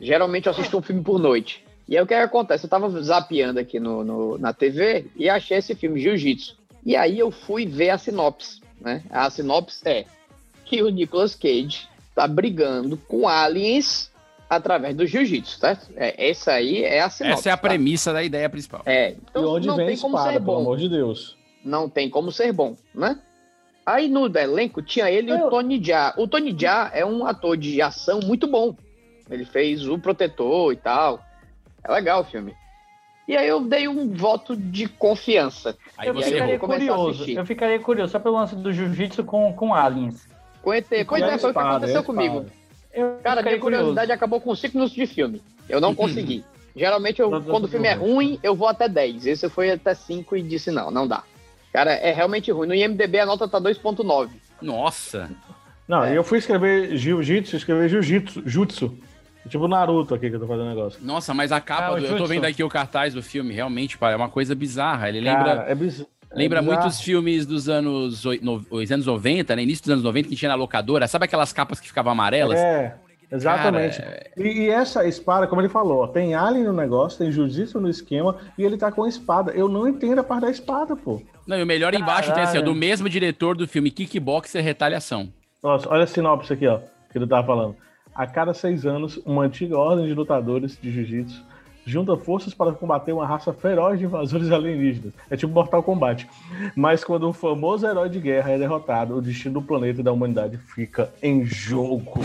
S2: Geralmente eu assisto um filme por noite. E aí o que acontece? Eu tava zapeando aqui no, no- na TV e achei esse filme, Jiu-Jitsu. E aí eu fui ver a sinopse, né? A sinopse é que o Nicolas Cage tá brigando com aliens através do Jiu-Jitsu, certo? É, essa aí é a sinopse.
S1: Essa é a
S2: tá?
S1: premissa da ideia principal.
S2: É,
S6: E
S2: então
S6: onde
S2: não
S6: vem a
S2: tem como
S6: espada,
S2: ser
S6: pelo
S2: bom.
S6: amor de Deus.
S2: Não tem como ser bom, né? Aí no elenco tinha ele e o Tony Jaa. O Tony Jaa é um ator de ação muito bom. Ele fez O Protetor e tal. É legal o filme. E aí eu dei um voto de confiança.
S1: Aí
S7: eu
S1: você
S7: ficaria
S1: errou.
S2: começar a
S7: curioso.
S2: assistir.
S7: Eu ficaria curioso só pelo lance do jiu-jitsu com, com aliens.
S2: Com ET, pois
S6: E
S2: é,
S6: a
S2: foi o que
S6: espada,
S2: aconteceu
S6: e a
S2: comigo.
S6: espada.
S7: Eu
S2: Cara,
S7: ficaria
S2: minha curiosidade acabou com 5 minutos de filme.
S6: [CLEARS THROAT]
S2: Eu não consegui. Geralmente, eu,
S6: Não, não,
S2: quando o filme é
S6: não.
S2: ruim, eu vou até 10. Esse foi até 5 e disse: não, não dá. Cara, é realmente ruim. No IMDB a nota tá 2.9.
S1: Nossa!
S6: Não, eu fui escrever jiu-jitsu, escrever jiu-jitsu, jutsu. Tipo Naruto aqui que eu tô fazendo negócio.
S1: Nossa, mas a capa
S6: Ah,
S1: do.
S6: o
S1: Eu tô
S6: Judson.
S1: vendo aqui o cartaz do filme, realmente, pá, é uma coisa bizarra. Ele lembra.
S6: Cara, é biz- é
S1: Lembra
S6: bizarro.
S1: muitos filmes dos anos, oi- no- os anos 90, né? Início dos anos 90, que tinha na locadora. Sabe aquelas capas que ficavam amarelas?
S6: É, exatamente.
S1: Cara, é-
S6: E, e essa espada, como ele falou, ó, tem alien no negócio, tem jiu-jitsu no esquema e ele tá com a espada. Eu não entendo a parte da espada, pô.
S1: Não, e o melhor embaixo tem assim, ó,
S6: Caralho.
S1: do mesmo diretor do filme Kickboxer Retaliação.
S6: Nossa, olha a sinopse aqui, ó, que ele tava falando. A cada seis anos, uma antiga ordem de lutadores de jiu-jitsu junta forças para combater uma raça feroz de invasores [LAUGHS] alienígenas. É tipo Mortal Kombat. Mas quando um famoso herói de guerra é derrotado, o destino do planeta e da humanidade fica em jogo.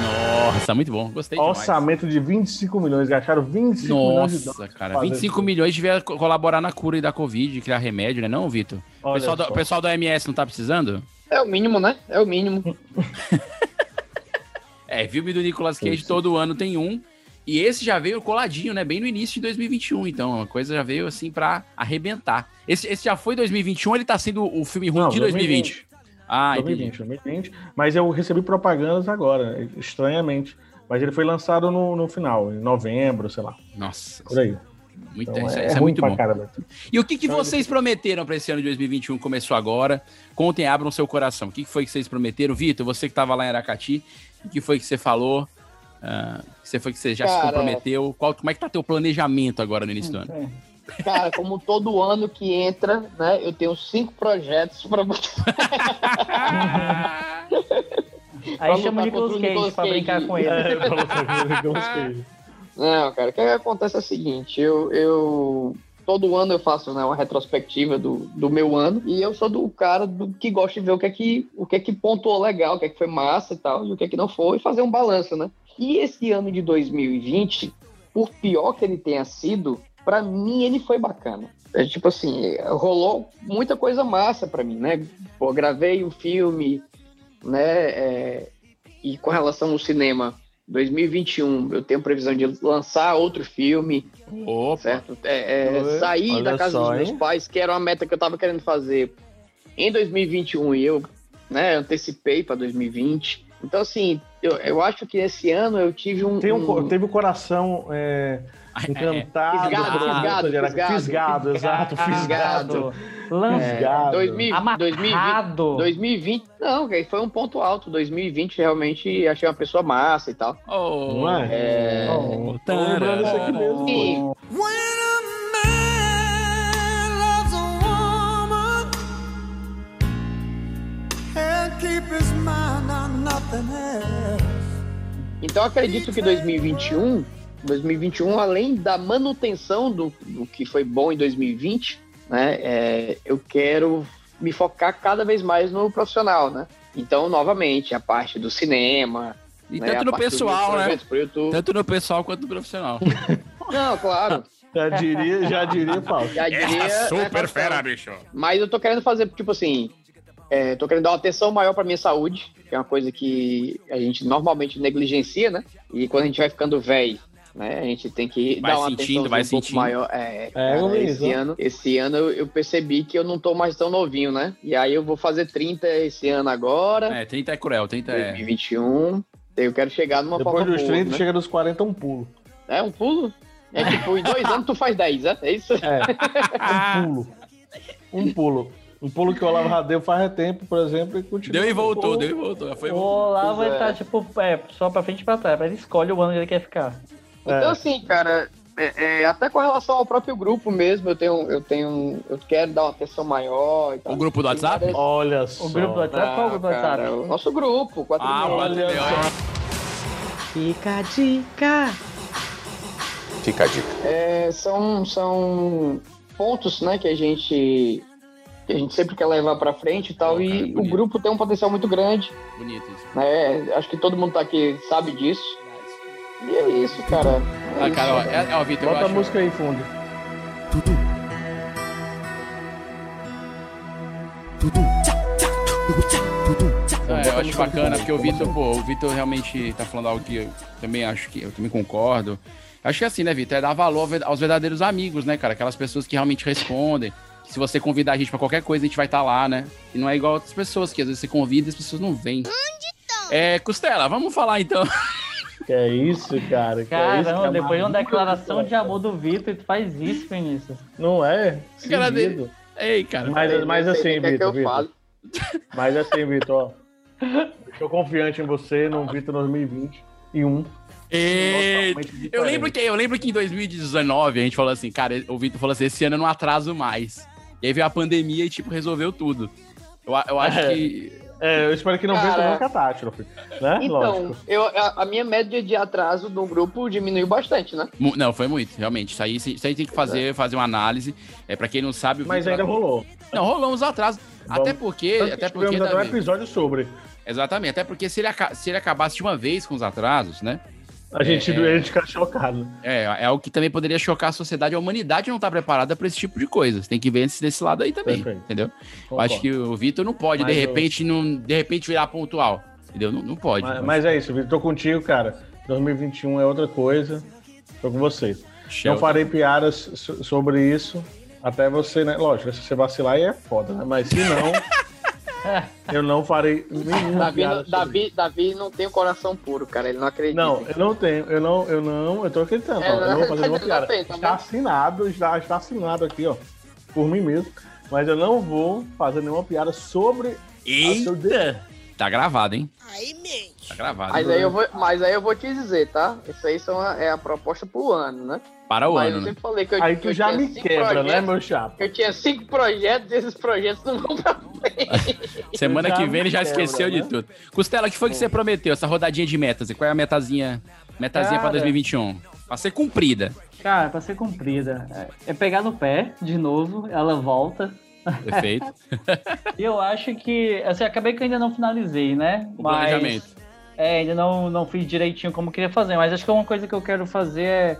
S1: Nossa, muito bom. Gostei demais.
S6: Orçamento de 25 milhões, gastaram 25 milhões de
S1: Nossa,
S6: dólares.
S1: cara.
S6: pra fazer
S1: 25 milhões devia co- colaborar na cura aí da Covid, criar remédio, né? Não, Vitor? O
S2: Olha
S1: pessoal, do,
S2: só.
S1: pessoal da OMS não tá precisando?
S2: É o mínimo, né? É o mínimo.
S1: É, filme do Nicolas Cage todo ano tem um. E esse já veio coladinho, né? Bem no início de 2021. Então, a coisa já veio assim pra arrebentar. Esse, esse já foi 2021, ele tá sendo o filme ruim
S6: Não,
S1: de 2020. Ah,
S6: 2020, 2020. Mas eu recebi propagandas agora, estranhamente. Mas ele foi lançado no, no final, em novembro, sei lá.
S1: Nossa.
S6: Por aí.
S1: Muito,
S6: Então,
S1: isso é,
S6: é
S1: isso é
S6: ruim
S1: muito
S6: pra
S1: bom.
S6: caralho. Então, tipo-
S1: E o que, que vocês prometeram pra esse ano de 2021 que um? começou agora? Contem, abram seu coração. O que, que foi que vocês prometeram? Vitor, você que tava lá em Aracati, o que foi que você falou? Ah, O que foi que você já se
S2: Cara. hum,
S1: comprometeu? Qual, como é que tá teu planejamento agora no início do ano?
S2: Cara, como todo ano que entra, né? Eu tenho cinco projetos pra
S7: Aí chama o Nicolas Cage pra brincar com ele.
S2: Não, cara, o que acontece é o seguinte, eu, eu todo ano eu faço né, uma retrospectiva do, do meu ano e eu sou do cara do, que gosta de ver o que é que o que é que pontuou legal, o que é que foi massa e tal, e o que é que não foi, e fazer um balanço, né? E esse ano de 2020, por pior que ele tenha sido, pra mim ele foi bacana. É, tipo assim, rolou muita coisa massa pra mim, né? Pô, gravei um filme, né? é, e com relação ao cinema, 2021, eu tenho previsão de lançar outro filme.
S1: Opa.
S2: Certo? É, é,
S12: Oi,
S2: sair
S12: olha
S2: da casa
S12: só,
S2: dos meus
S12: hein?
S2: pais, que era uma meta que eu tava querendo fazer em 2021 e eu né, antecipei para 2020. Então, assim, eu, eu acho que esse ano eu tive
S6: [LAUGHS]
S2: um.
S6: Tem um,
S2: um-
S6: co- teve o coração é, encantado. por
S2: Fisgado, fisgado,
S6: Gerac-
S2: fisgado.
S6: fisgado, exato, fisgado.
S2: É,
S6: Fisgado.
S2: 2000, 2020, 2020, não, cara, foi um ponto alto. 2020 realmente achei uma pessoa massa e tal.
S1: Oh,
S6: Não é?
S2: é...
S6: Tô lembrando isso aqui mesmo.
S2: Sim. Então eu acredito que 2021, 2021, além da manutenção do, do que foi bom em 2020, né? é, eu quero me focar cada vez mais no profissional, né? Então, novamente, a parte do cinema.
S1: E
S2: né,
S1: é tanto
S2: a
S1: no
S2: parte dos meus
S1: pessoal, né?
S2: projetos pro YouTube.
S1: Tanto no pessoal quanto no profissional.
S2: Não, claro.
S6: Já diria, já diria, Paulo.
S2: Já
S1: É,
S2: diria, né, Faustão.
S1: bicho.
S2: Mas eu tô querendo fazer, tipo assim, é, tô querendo dar uma atenção maior pra minha saúde, que é uma coisa que a gente normalmente negligencia, né? E quando a gente vai ficando velho, né? A gente tem que
S1: Vai
S2: dar uma
S1: sentindo,
S2: atenção
S1: vai
S2: um pouco
S1: sentindo.
S2: maior. É, cara,
S1: Luiz,
S2: esse,
S1: ó.
S2: ano, esse ano eu eu percebi que eu não tô mais tão novinho, né? E aí eu vou fazer 30 esse ano agora,
S1: É, 30 é cruel, 30 é.
S2: 2021. Eu quero chegar numa
S6: Depois
S2: forma
S6: dos
S2: boa,
S6: 30,
S2: né?
S6: chega dos 40, um pulo.
S2: É um pulo? É tipo,
S6: [LAUGHS]
S2: em dois anos tu faz 10, né? É isso?
S1: Ah,
S6: Um pulo. Um pulo. Um pulo que o Olavo Radeu faz é tempo, por exemplo, e continua.
S1: Deu e voltou, deu e voltou. Foi
S7: O Olavo ele tá tipo, é, só pra frente e pra trás. mas Ele escolhe o ano que ele quer ficar.
S2: Então, assim, cara, é- é, até com relação ao próprio grupo mesmo, eu tenho, eu tenho, eu quero dar uma atenção maior e tal.
S1: O grupo do WhatsApp?
S6: Olha só.
S7: O grupo do WhatsApp? Qual o grupo do
S2: Ah, cara,
S7: WhatsApp?
S2: o Nosso grupo, 4
S1: Ah, o 4
S2: Fica a dica.
S5: Fica a dica.
S2: É, são, são pontos, né, que a gente que a gente sempre quer levar pra frente e tal,
S1: é
S2: e o grupo tem um potencial muito grande,
S1: Bonito isso.
S2: né, acho que todo mundo tá aqui sabe disso, e é isso, cara. É
S1: Ah,
S2: isso,
S1: cara, ó, é, é, ó, Vitor, eu
S6: Bota a
S1: acho.
S6: música aí, fundo.
S1: É, eu acho bacana, porque o Vitor, pô, o Vitor realmente tá falando algo que eu também acho que eu também concordo. Acho que é assim, né, Vitor? É dar valor aos verdadeiros amigos, né, cara? Aquelas pessoas que realmente respondem, Se você convidar a gente pra qualquer coisa, a gente vai estar lá, né? E não é igual outras pessoas, que às vezes você convida e as pessoas não vêm. É, Costela, vamos falar então. [LAUGHS]
S6: Que é isso, cara? Que é isso,
S7: Caramba,
S6: que é
S7: depois de uma
S6: maluco,
S7: declaração
S6: cara.
S7: de amor do Vitor, tu faz isso, Vinícius.
S6: Não é?
S1: Cara dele.
S6: Seguido.
S1: Ei, cara.
S6: Mas, mas
S2: Não sei
S6: assim,
S2: nem o que é que
S6: Vitor,
S2: eu
S6: Vitor.
S2: falo.
S6: Mas assim, Vitor, [LAUGHS] ó. Estou confiante em você no Vitor 2021.
S1: Ei,
S6: Totalmente diferente.
S1: eu lembro que eu lembro que em 2019 a gente falou assim, cara, o Vitor falou assim, esse ano eu não atraso mais. E aí veio a pandemia e tipo resolveu tudo. Eu, a- eu acho
S6: É.
S1: que
S6: É, eu espero que não
S2: Cara.
S6: venha uma catástrofe. Né?
S2: Então,
S6: Lógico.
S2: eu, a, a minha média de atraso no grupo diminuiu bastante, né?
S1: mu- não, foi muito, realmente. Isso aí, isso aí tem que fazer, fazer uma análise. É para quem não sabe, o
S6: Mas
S1: Vitor-
S6: ainda rolou.
S1: Não, rolou uns atrasos. Até porque,
S6: Tanto que
S1: até porque
S6: tivemos até um
S1: Davi,
S6: episódio sobre.
S1: Exatamente, até porque se ele, aca- se ele acabasse de uma vez com os atrasos, né?
S6: A gente,
S1: é.
S6: a gente fica chocado.
S1: É, é algo que também poderia chocar a sociedade. A humanidade não tá preparada para esse tipo de coisa. Você tem que ver esse- desse lado aí também,
S6: Perfeito.
S1: entendeu? Eu
S6: Concordo.
S1: acho que o Vitor não pode,
S6: Mas
S1: de
S6: eu-
S1: repente, não, de repente virar pontual. Entendeu? Não, não pode.
S6: Mas, mas é isso, Vitor. Tô contigo, cara. 2021 é outra coisa. Tô com você.
S1: Shell-
S6: Não farei piadas so- sobre isso. Até você, né? Lógico, se você vacilar aí é foda, né? Mas se não,
S7: [LAUGHS]
S6: eu não farei nenhuma
S2: Davi,
S6: piada
S2: não-
S6: sobre
S2: Davi, Davi não tem o coração puro, cara. Ele não acredita.
S6: Não, eu não tenho, eu não, eu não, eu tô acreditando,
S2: É,
S6: ó, eu não vou
S2: não,
S6: fazer nenhuma
S2: não
S6: piada.
S2: tem, tá
S6: Está
S2: bom.
S6: assinado, está, está assinado aqui, ó, por mim mesmo, mas eu não vou fazer nenhuma piada sobre a seu de-
S1: Eita! Tá gravado, hein? Tá gravado.
S2: Mas aí, eu vou, mas aí eu vou te dizer, tá? Isso aí são a- é a proposta pro ano, né?
S1: Para o
S2: mas eu
S1: ano, né?
S2: sempre falei que eu,
S6: Aí
S2: que
S6: tu
S2: eu
S6: já
S2: tinha
S6: me
S2: cinco
S6: quebra, né,
S2: projetos-
S6: meu chapa?
S2: que Eu tinha cinco projetos e esses projetos não vão pra
S1: [LAUGHS] Semana
S6: já
S1: que vem ele já
S6: me quebra,
S1: esqueceu de
S6: né?
S1: tudo. Costela, o que foi que você prometeu? Essa rodadinha de metas? E qual é a metazinha, metazinha pra
S7: Cara.
S1: 2021? Pra ser cumprida.
S7: Cara, pra ser cumprida, é é pegar no pé de novo, ela volta.
S1: Perfeito.
S7: [LAUGHS] E eu acho que. Assim, acabei que eu ainda não finalizei, né?
S1: O Um planejamento.
S7: É, ainda não, não fiz direitinho como eu queria fazer, mas acho que uma coisa que eu quero fazer é.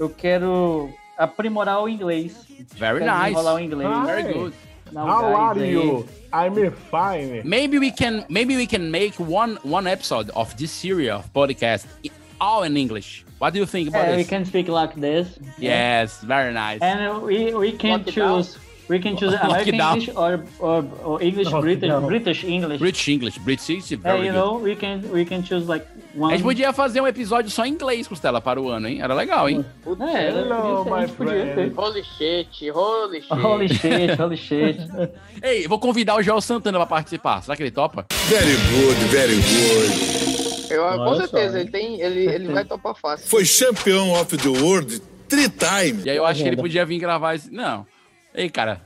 S7: Eu quero aprimorar o inglês.
S1: Very
S7: quero desenrolar o
S1: nice.
S7: inglês.
S6: Ah,
S1: Very
S6: Ai.
S1: good.
S7: dar um
S6: How
S7: gás
S6: are
S7: aí.
S6: you? I'm fine.
S1: Maybe we can maybe we can make one one episode of this series of podcast i- all in English. What do you think about
S7: Yeah, É, we
S1: this?
S7: can É. speak like this.
S1: Yes, very nice.
S7: And we, we can
S2: Lockdown.
S7: choose. We can choose American
S1: Lockdown.
S7: English or, or, or English, British,
S6: Lockdown.
S7: British English.
S1: British English, British English,
S7: Yeah,
S1: very
S7: É, you
S1: good.
S7: know, we can we can choose like
S1: A
S7: one.
S1: gente podia fazer um episódio só em inglês, Costela, para o ano, hein? Era legal, hein?
S7: É,
S6: Hello,
S7: podia ser, a gente
S6: my friend.
S7: podia ter.
S2: Holy shit, holy shit.
S7: Holy shit, holy shit.
S1: [LAUGHS] Ei, eu vou convidar o Joel Santana para participar. Será que ele topa?
S5: Very good, very good.
S2: Eu, com
S6: Olha só,
S2: certeza,
S6: hein?
S2: ele, tem, ele, ele vai topar fácil.
S5: Foi champion of the world three times.
S1: E aí eu acho que ele podia vir gravar esse. Não. Ei, cara,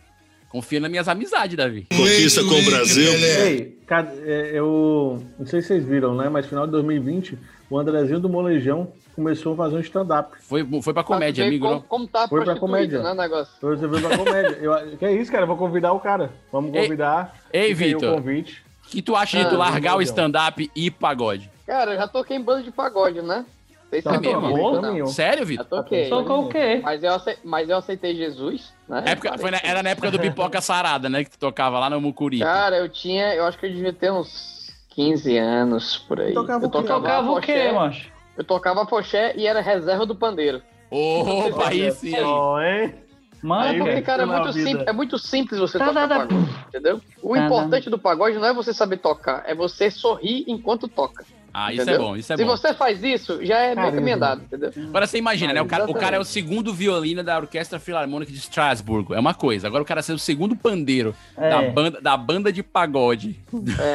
S1: confia nas minhas amizades, Davi.
S5: Conquista com o Brasil.
S6: Ei, cara, é, eu não sei se vocês viram, né, mas final de 2020, o Andrezinho do Molejão começou a fazer um stand-up.
S1: Foi, foi pra comédia,
S2: Pra ver
S1: amigo.
S2: como,
S1: Não.
S2: como tá
S6: Foi pra
S2: prostituído,
S6: comédia.
S2: né, o negócio.
S6: Foi Você viu uma comédia. Eu, que é isso, cara, eu vou convidar o cara. Vamos
S1: Ei-
S6: convidar.
S1: Ei,
S6: Fica aí o
S1: Vitor,
S6: convite.
S1: o que tu acha de
S2: Ah,
S1: tu largar o
S6: Joel.
S1: stand-up e ir pro pagode?
S2: Cara, eu já toquei em banda de pagode, né? Vocês
S6: Tá
S1: é
S2: sabem,
S1: mesmo?
S2: né?
S6: Bom,
S2: Não,
S6: caminho.
S1: Sério,
S2: Já
S1: Vitor?
S2: toquei.
S7: Só com o quê?
S2: Mas eu, acei- mas eu aceitei Jesus, né?
S1: Na época- É foi na- era na época do Pipoca Sarada, né? Que tu tocava lá no Mucuri.
S2: Cara, eu tinha, eu acho que eu devia ter uns 15 anos por
S6: Tu
S2: aí.
S6: tocava
S2: eu
S6: o quê?
S7: Tocava o
S2: afoxé,
S7: quê, macho?
S2: Eu tocava poché e era reserva do pandeiro.
S1: Opa, aí sim.
S6: Ó, hein?
S2: É
S1: Ah,
S7: Mano,
S2: porque,
S6: velho,
S2: cara, é
S6: pela
S2: muito,
S6: vida.
S2: simples, é muito simples você
S7: Tá, tá,
S2: tocar
S7: tá.
S2: pagode, entendeu? O
S7: Tá, tá.
S2: importante do pagode não é você saber tocar, é você sorrir enquanto toca.
S1: Ah, isso é
S2: Entendeu?
S1: bom, isso é
S2: Se
S1: bom.
S2: você faz isso, já é meio
S6: Caramba.
S1: [LAUGHS]
S2: caminhado, entendeu?
S1: Agora você imagina, né? O cara, o
S2: Exatamente.
S1: cara é o segundo violino da Orquestra Filarmônica de Strasburgo. É uma coisa. Agora o cara é o segundo pandeiro da,
S7: é,
S1: banda, da banda de pagode.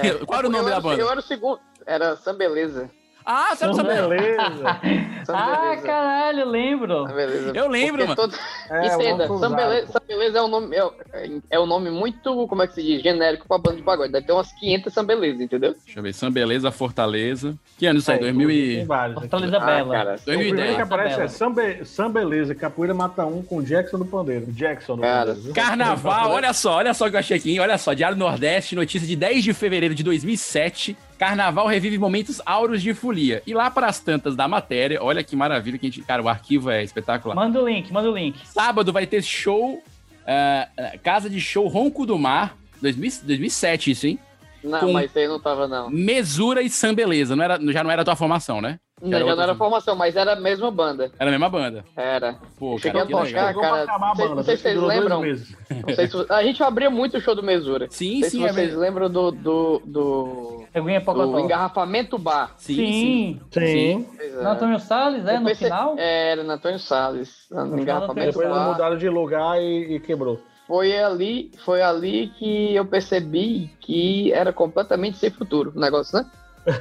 S2: É.
S1: Qual era o
S2: Eu
S1: nome da
S2: era- Eu
S1: banda?
S2: era o segundo. Era Sambeleza.
S1: Ah, você não
S6: Então,
S1: sabia? [LAUGHS]
S6: beleza.
S7: Ah,
S2: Sambeleza.
S7: caralho, lembro.
S2: Sambeleza.
S1: Eu lembro, mano.
S2: Porque todo-
S6: É,
S2: Entenda,
S6: vamos usar.
S2: Sambeleza, Sambeleza é um nome, é, é um nome muito, como é que se diz, genérico pra banda de pagode. Deve ter umas 500 Sambeleza, entendeu?
S1: Deixa eu ver. Sambeleza, Fortaleza. Que ano isso aí?
S6: É,
S1: 2000
S6: Tem
S1: e...
S6: vários aqui.
S7: Fortaleza Bela.
S2: cara.
S6: O primeiro
S1: 2010.
S6: que aparece é
S7: Bela.
S6: Sambe- Sambeleza, Capoeira Mata um com Jackson do Pandeiro. Jackson do
S2: Cara,
S6: Pandeiro.
S1: Carnaval, olha só, olha só o que eu achei aqui, hein? olha só, Diário Nordeste, notícia de 10 de fevereiro de 2007, Carnaval revive momentos áureos de folia. E lá para as tantas da matéria, olha que maravilha que a gente, cara, o arquivo é espetacular.
S7: Manda o link, manda o link.
S1: Sábado vai ter show, ah, ah, Casa de Show Ronco do Mar, 2000 2007 isso, hein?
S2: Não,
S1: Com-
S2: mas isso aí não tava, não.
S1: Mesura e Sambeleza, não era, já não era a tua formação, né?
S2: Não, já não era formação, mas era a mesma banda.
S1: Era a mesma banda.
S2: Era.
S1: Pô,
S2: Cheguei
S1: cara,
S2: a
S1: que
S2: tocar,
S1: legal.
S2: cara. Não sei- não sei se vocês lembram. Não sei se vo- a gente abria muito o show do Mesura.
S1: Sim,
S2: não sei
S1: sim,
S2: Se
S1: é
S2: vocês
S1: mesmo.
S2: lembram do. do, do...
S7: é
S2: do engarrafamento bar.
S1: é
S7: Sim, sim.
S6: Sim.
S2: Pois é.
S7: No Antônio Salles, é? No
S2: Depois cê-
S7: final?
S2: Era no Antônio Salles. Ah, No engarrafamento
S6: Depois eles
S2: bar.
S6: mudaram de lugar e, e quebrou.
S2: Foi ali, foi ali que eu percebi que era completamente sem futuro o
S6: [LAUGHS]
S2: negócio, né?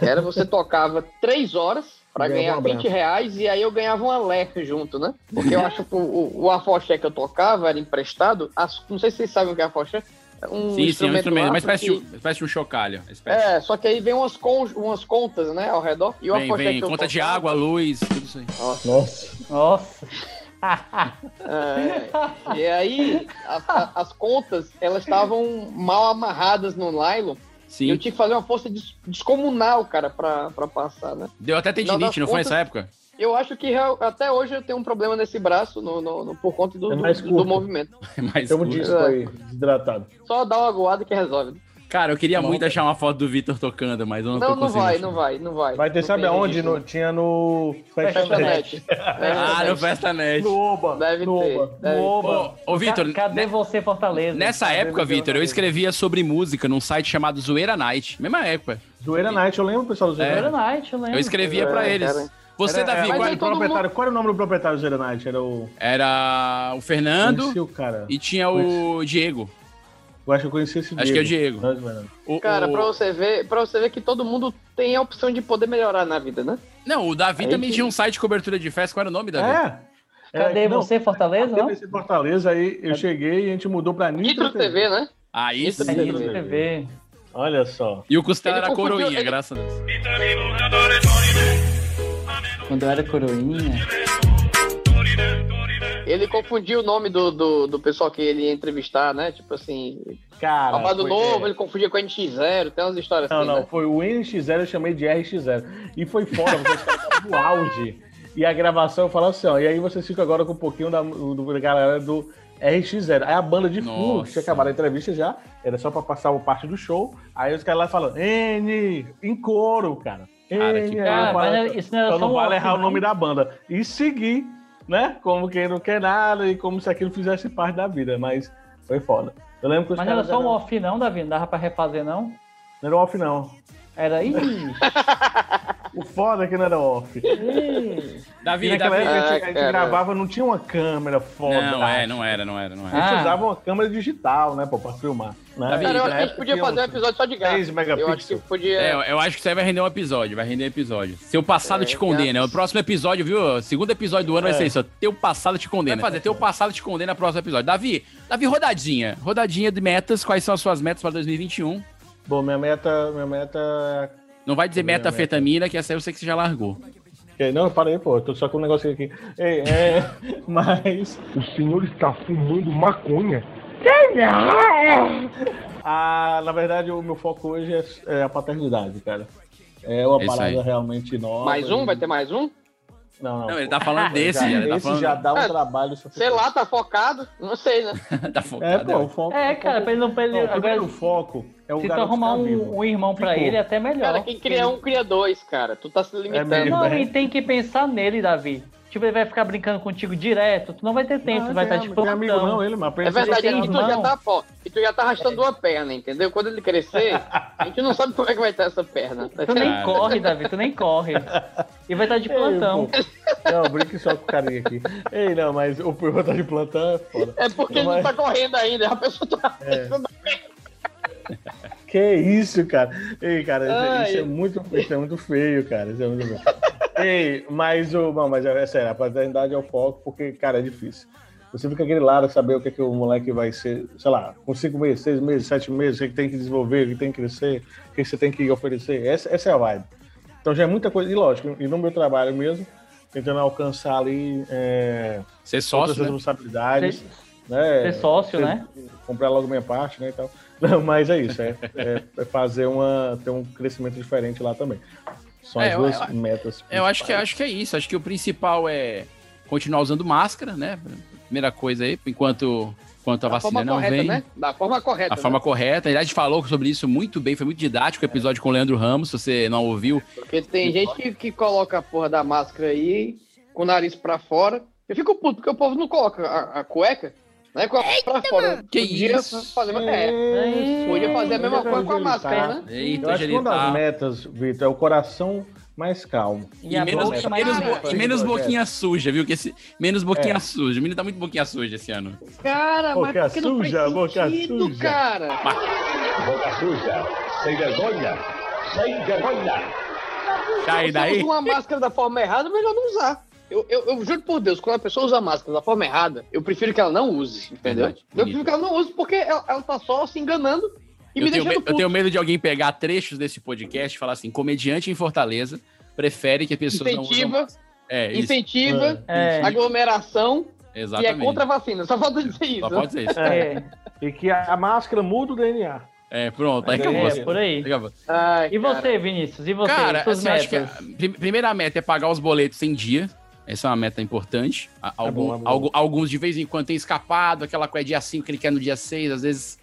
S2: Era você tocava três horas pra
S6: Ganhava um
S2: ganhar 20
S6: abraço.
S2: reais e aí eu ganhava um leque junto, né? Porque eu acho que o, o, o afoxé que eu tocava era emprestado. as- não sei se vocês sabem o que é afoxé. É Um
S1: Sim, sim, é um instrumento.
S2: lá,
S1: Mas parece,
S2: porque-
S1: um, parece um chocalho. uma espécie.
S2: É, só que aí vem umas, con- umas contas, né, ao redor. E o
S1: vem,
S2: afoxé
S1: vem.
S2: que eu
S1: Conta de água, luz, tudo isso aí.
S6: Nossa.
S7: Nossa.
S2: É, e aí, a- a- as contas, elas estavam mal amarradas no nylon.
S1: Sim.
S2: E eu tinha que fazer uma força des- descomunal, cara, pra, pra passar, né?
S1: Deu até tendinite, não,
S2: das
S1: foi
S2: contas-
S1: nessa época? [LAUGHS]
S2: Eu acho que real- até hoje eu tenho um problema nesse braço no, no- no- por conta do,
S6: É
S2: do-
S6: mais
S2: do
S6: curto.
S2: movimento.
S1: É mais
S6: Temos
S1: curto.
S6: disco aí, desidratado.
S2: Só dá uma goada que resolve.
S1: Cara, eu queria
S6: Tá
S1: muito
S6: bom.
S1: achar uma foto do Vitor tocando, mas eu não,
S2: Não,
S1: tô
S2: não
S1: conseguindo.
S2: vai, não vai, não vai.
S6: Vai ter,
S2: Não
S6: sabe
S2: tem É
S6: aonde?
S2: registro,
S6: No-
S2: não.
S6: tinha no.
S2: Festa Net.
S1: Ah, no Festa Net.
S6: No Oba.
S2: Deve
S6: no
S2: ter.
S6: Oba.
S2: deve-
S1: Ô, ô, Vitor,
S6: né-
S7: Cadê você, Fortaleza?
S1: nessa época, Vitor, eu escrevia sobre música num site chamado Zoeira Night. Mesma época.
S6: Zoeira Night, eu lembro, pessoal, do Zoeira
S1: É.
S7: Era Night, eu lembro.
S1: Eu escrevia
S2: Zoeira
S1: pra
S2: Night,
S1: eles.
S2: era-
S1: Você,
S6: Era-
S1: Davi,
S6: era-
S2: mas
S1: qual-
S2: aí
S6: qual, é
S2: todo
S6: o proprietário, qual era o nome do proprietário do Zero Night? Era o.
S1: era o Fernando
S6: Conheci o cara.
S1: e tinha o Diego.
S6: Eu acho que eu conheci esse Diego.
S1: Acho que é o Diego.
S6: Não, não, não.
S1: O-
S2: Cara,
S1: o-
S2: pra você, ver, pra você ver que todo mundo tem a opção de poder melhorar na vida, né?
S1: Não, o Davi
S2: Aí
S1: também
S2: que-
S1: tinha um site de cobertura de festa. Qual era o nome, Davi?
S6: É. Era-
S7: Cadê
S6: não,
S7: você, Fortaleza? Não?
S6: Cadê você, Fortaleza? Aí eu cheguei e a gente mudou pra Nitro,
S2: Nitro TV, né?
S1: Aí
S2: Isso
S1: sim.
S7: Cadê
S6: Nitro
S7: você, TV?
S6: Olha só.
S1: E o Costela
S2: Ele
S1: era
S2: confundiu-
S1: coroinha,
S2: ele-
S1: graças a Deus.
S11: Quando eu era coroinha.
S2: Ele confundiu o nome do, do, do pessoal que ele ia entrevistar, né? Tipo assim,
S6: Cara.
S2: Babado
S6: Ah, foi- é.
S2: Novo, ele confundia com a NX0, tem umas histórias
S6: Não,
S2: assim,
S6: não,
S2: né?
S6: foi o NX0, eu chamei de RX0. E foi fora, porque os
S1: [LAUGHS]
S6: caras estavam no auge. E a gravação eu falo assim, ó, e aí vocês ficam agora com um pouquinho da, do- da galera do RX0. Aí a banda de fundo, que
S1: Nossa.
S6: tinha acabado a entrevista já, era só pra passar uma parte do show. Aí os caras lá falando, N, em coro, cara.
S1: Cara, que
S6: N, aí eu
S7: Cara,
S6: falo,
S7: Ah, mas isso não era
S6: só
S7: só
S6: não
S7: um
S6: vale errar o
S7: offline?
S6: nome da banda. E seguir, né? Como quem não quer nada e como se aquilo fizesse parte da vida, mas foi foda. Eu lembro que os
S7: Mas não era
S6: caras
S7: só um
S6: eram-
S7: off, não, Davi? Não dava pra refazer, não?
S6: Não era um off, não.
S7: Era.
S11: [LAUGHS]
S7: Ih,
S6: O foda é que não era off.
S7: ih.
S1: Davi,
S6: E naquela
S1: Davi.
S6: época Né, a gente,
S2: Ah,
S6: a gente
S2: cara.
S6: gravava, não tinha uma câmera foda. né?
S1: Não, é, não era, não era, não
S6: A
S1: era.
S6: gente
S7: Ah.
S6: usava uma câmera digital, né, pô, pra filmar. Né?
S1: Davi,
S2: Cara, eu acho que a
S6: Na
S2: gente podia
S6: época
S2: fazer um
S6: tinha uns
S2: episódio só de gato.
S6: 6
S2: Eu acho que
S6: megapixels.
S2: podia.
S1: É, eu- eu acho que isso aí vai render um episódio, vai render um episódio. Seu passado
S2: É,
S1: te condena.
S2: gatos.
S1: O próximo episódio, viu? Segundo episódio do ano
S6: É.
S1: vai ser isso. ó. Teu passado te condena. Vai fazer, teu passado te condena no próximo episódio. Davi, Davi, rodadinha. Rodadinha de metas. Quais são as suas metas para 2021?
S6: Bom, minha meta, minha meta
S1: Não vai dizer
S6: Minha
S1: metafetamina, que essa aí eu sei que você já largou.
S6: é... Não, parei, pô, eu tô só com um negocinho aqui. Ei, é, [LAUGHS] mas
S9: O senhor está fumando maconha?
S6: é? Ah, na verdade, o meu foco hoje é, é a paternidade, cara. É uma
S1: É isso
S6: parada
S1: aí.
S6: realmente nova.
S2: Mais um? Vai ter mais um?
S6: Não, não.
S1: Não, ele tá falando desse,
S6: [LAUGHS] já,
S1: ele tá
S6: esse
S1: falando-
S6: já dá um
S2: Ah,
S6: trabalho. suficiente.
S2: Sei lá, tá focado? Não sei, né?
S1: [LAUGHS] tá
S6: É,
S1: focado.
S6: pô, o foco.
S7: É, cara, pra ele não. Pra ele,
S6: Não, o
S7: agora,
S6: primeiro foco é o
S7: se tu
S6: garoto
S7: arrumar
S6: ficar vivo.
S7: um, um irmão pra
S6: Ficou.
S7: ele, é até melhor.
S2: Cara, quem cria um, cria dois, cara. Tu tá se limitando.
S6: mesmo.
S7: Não,
S6: né?
S7: e tem que pensar nele, Davi. Tipo, ele vai ficar brincando contigo direto, tu não vai ter tempo, tu vai estar de
S6: Não é amigo não,
S7: plantão.
S6: ele, mas pra
S2: É
S6: ele um ser
S2: verdade,
S7: tem
S2: é que tu já
S7: irmão.
S2: tá, pô, e tu já tá arrastando uma perna, entendeu? Quando ele crescer, a gente não sabe como é que vai estar essa perna.
S7: Tu nem
S1: Cara.
S7: corre, Davi, tu nem corre. E vai estar
S6: [LAUGHS]
S7: de
S6: Ei,
S7: plantão.
S6: pô. Não, brinque só com o carinha aqui. Ei, não, mas o Puma tá de plantão é foda.
S2: É porque ele não tá correndo ainda, a pessoa tá. [LAUGHS]
S6: Que isso, cara? Ei, cara, isso-
S2: Ai.
S6: isso, é muito, isso é muito feio, cara. Isso é muito feio. Ei, mas o. Não, mas é sério, a paternidade é o foco, porque, cara, é difícil. Você fica aquele lado de saber o que, é que o moleque vai ser, sei lá, com cinco meses, seis meses, sete meses, o que, é que tem que desenvolver, o que tem que crescer, o que você tem que oferecer. Essa, essa é a vibe. Então já é muita coisa. E lógico, e no meu trabalho mesmo, tentando alcançar ali é,
S1: Ser
S6: outras
S1: sócio, né?
S6: responsabilidades.
S7: Ser-
S6: né?
S7: Ser sócio,
S6: Ser-
S7: né?
S6: comprar logo minha parte, né, e tal. [LAUGHS] Não, mas é isso, é, é- é fazer uma, ter um crescimento diferente lá também. São
S1: É,
S6: as
S1: eu-
S6: duas
S1: eu-
S6: metas.
S1: Eu acho que,
S6: principais.
S1: acho que é isso. Acho que o principal é continuar usando máscara, né? primeira coisa aí, enquanto, enquanto a
S2: Da
S1: vacina
S2: forma
S1: não
S2: correta,
S1: vem.
S2: né? Da forma correta.
S1: A forma
S2: né?
S1: correta. Aliás, a gente falou sobre isso muito bem, foi muito didático o episódio com o Leandro Ramos, se você não ouviu.
S2: Porque tem gente que, que coloca a porra da máscara aí, com o nariz pra fora. Eu fico puto, porque o povo não coloca a, a cueca, né? Com a pra fora.
S1: Que
S2: podia
S1: isso?
S2: Fazer, é, podia fazer a mesma coisa com a máscara, né?
S6: Eu acho que uma
S1: tá
S6: das metas, Vitor, é o coração mais calmo.
S1: E, menos,
S6: Uma meta.
S1: menos, bo-
S6: Projeto.
S1: e menos boquinha suja, viu? Que esse, menos boquinha
S6: É.
S1: suja. O menino tá muito boquinha suja esse ano.
S2: Cara,
S6: Boca
S2: mas porque não faz
S6: suja, boca
S2: sentido,
S6: suja.
S2: cara.
S5: Boca suja, sem vergonha, sem vergonha.
S1: Sai
S2: se
S1: daí.
S2: usa uma máscara da forma errada, melhor não usar. Eu, eu, eu juro por Deus, quando a pessoa usa a máscara da forma errada, eu prefiro que ela não use, entendeu?
S1: Verdade,
S2: eu prefiro que ela não use porque ela, ela tá só se enganando e
S1: Eu
S2: me
S1: tenho,
S2: deixando
S1: me- eu
S2: puto.
S1: tenho medo de alguém pegar trechos desse podcast e falar assim: comediante em Fortaleza prefere que pessoas não usam.
S2: Incentiva,
S1: É, isso.
S2: incentiva,
S7: É.
S2: aglomeração
S1: Exatamente.
S2: e é contra a vacina. Só falta dizer isso.
S1: Só pode ser
S6: É.
S1: isso.
S7: É.
S6: E que a a máscara muda o DNA.
S1: É, pronto. Aí
S7: É,
S1: acabou.
S7: por aí.
S1: Acabou.
S2: Ai,
S7: E você, Vinícius? E você?
S1: Cara,
S7: Suas
S1: assim, eu acho que a
S7: metas?
S1: prim- primeira meta é pagar os boletos em dia. Essa é uma meta importante. A- algum-
S6: bom, é bom.
S1: algu- alguns de vez em quando tem escapado, aquela coisa é dia 5 que ele quer no dia 6, às vezes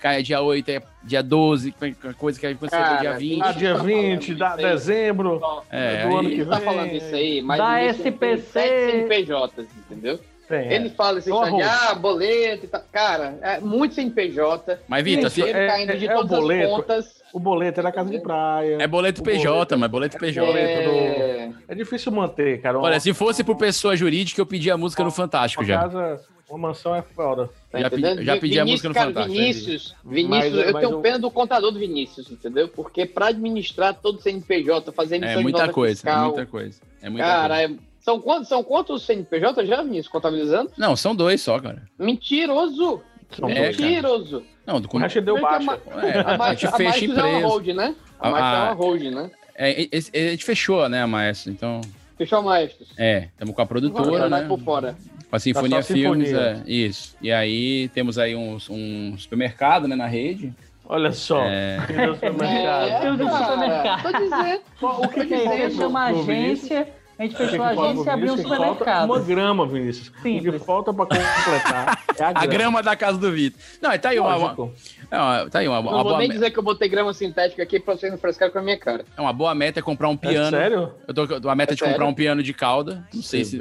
S1: cai dia 8, é dia 12, coisa que quando você vê
S2: Cara,
S1: dia 20.
S6: Dá Ah, dia 20, dá dezembro
S1: É,
S6: do ano
S1: aí-
S6: que
S2: Ele tá falando
S6: vem.
S2: isso aí, um mas
S7: Da
S2: existem
S7: SPC.
S2: CNPJs, entendeu?
S6: Tem,
S2: Ele
S6: é.
S2: fala isso,
S6: Só arroz.
S2: ah, boleto e tal. Cara, é muito CNPJ.
S1: Mas, Vitor, assim,
S2: muito dinheiro
S6: é-
S2: caindo tá de
S6: é o
S2: todas
S6: boleto.
S2: as contas.
S6: O boleto é da casa de praia.
S1: É boleto
S6: O
S1: PJ, mas boleto PJ.
S2: É,
S6: É difícil manter, cara. Uma,
S1: Olha, se fosse por pessoa jurídica, eu pedi a música no Fantástico
S6: uma
S1: Tipo, já.
S6: casa, uma mansão é fora.
S2: tá
S1: Já pedi-
S2: entendendo?
S1: já pedi a
S2: Vinícius,
S1: música no
S2: cara,
S1: Fantástico,
S2: Vinícius,
S6: Mas-
S2: Vinícius, eu
S6: mas
S2: tenho
S6: o-
S2: pena do contador do Vinícius, entendeu? Porque pra administrar todo o CNPJ, fazer emissão
S1: É
S2: de
S1: muita
S2: nota
S1: coisa, é
S2: fiscal,
S1: muita coisa. É muita
S2: cara,
S1: coisa.
S2: é- são quantos, são quantos CNPJ já, Vinícius, contabilizando?
S1: Não, são dois só, cara.
S2: Mentiroso!
S6: São
S1: É,
S6: dois.
S2: Mentiroso!
S1: Não, do
S6: O
S1: como...
S6: resto deu
S2: Porque a
S6: baixo.
S2: ma-
S1: É, a gente
S2: Maestro-
S1: fecha
S2: Maestro já é uma
S1: empresa.
S2: hold, né? A
S1: A-
S2: Maestro é
S1: a-
S2: uma hold, né?
S1: É, esse- a gente fechou, né, Maestro? Então,
S2: Fechou a Maestro.
S1: é, estamos com a
S2: Agora
S1: produtora,
S2: vai
S1: né?
S2: por fora.
S1: Com a Sinfonia
S6: Tá só a
S1: Filmes,
S6: Sinfonia.
S1: é, isso. E aí temos aí um, um supermercado, né, na rede.
S6: Olha só.
S1: É,
S6: Entendeu, seu mercado?
S7: Eu do supermercado.
S2: é, Tô dizendo.
S6: O que que
S7: A gente
S6: falta
S7: fechou uma
S6: pro
S7: agência, a gente
S6: O que que
S7: fechou a
S6: falta
S7: agência e
S6: pro
S7: abriu
S6: Vinícius?
S7: um
S6: Que falta Uma
S7: supermercado.
S6: grama, Vinícius. O
S7: Simples.
S6: que falta pra completar é a grama.
S1: a grama da casa do Vitor. Não, tá aí uma, uma,
S6: Lógico.
S1: é uma- tá aí uma,
S2: Não
S1: uma
S2: vou
S1: boa
S2: nem
S1: meta.
S2: dizer que eu botei grama sintética aqui pra vocês não frescarem com a minha cara.
S1: É uma boa meta é comprar um
S6: É
S1: piano.
S6: sério?
S7: Tá
S6: é
S1: Eu tô com a meta
S2: É
S1: de comprar
S2: sério?
S1: um piano de cauda. Não sei se.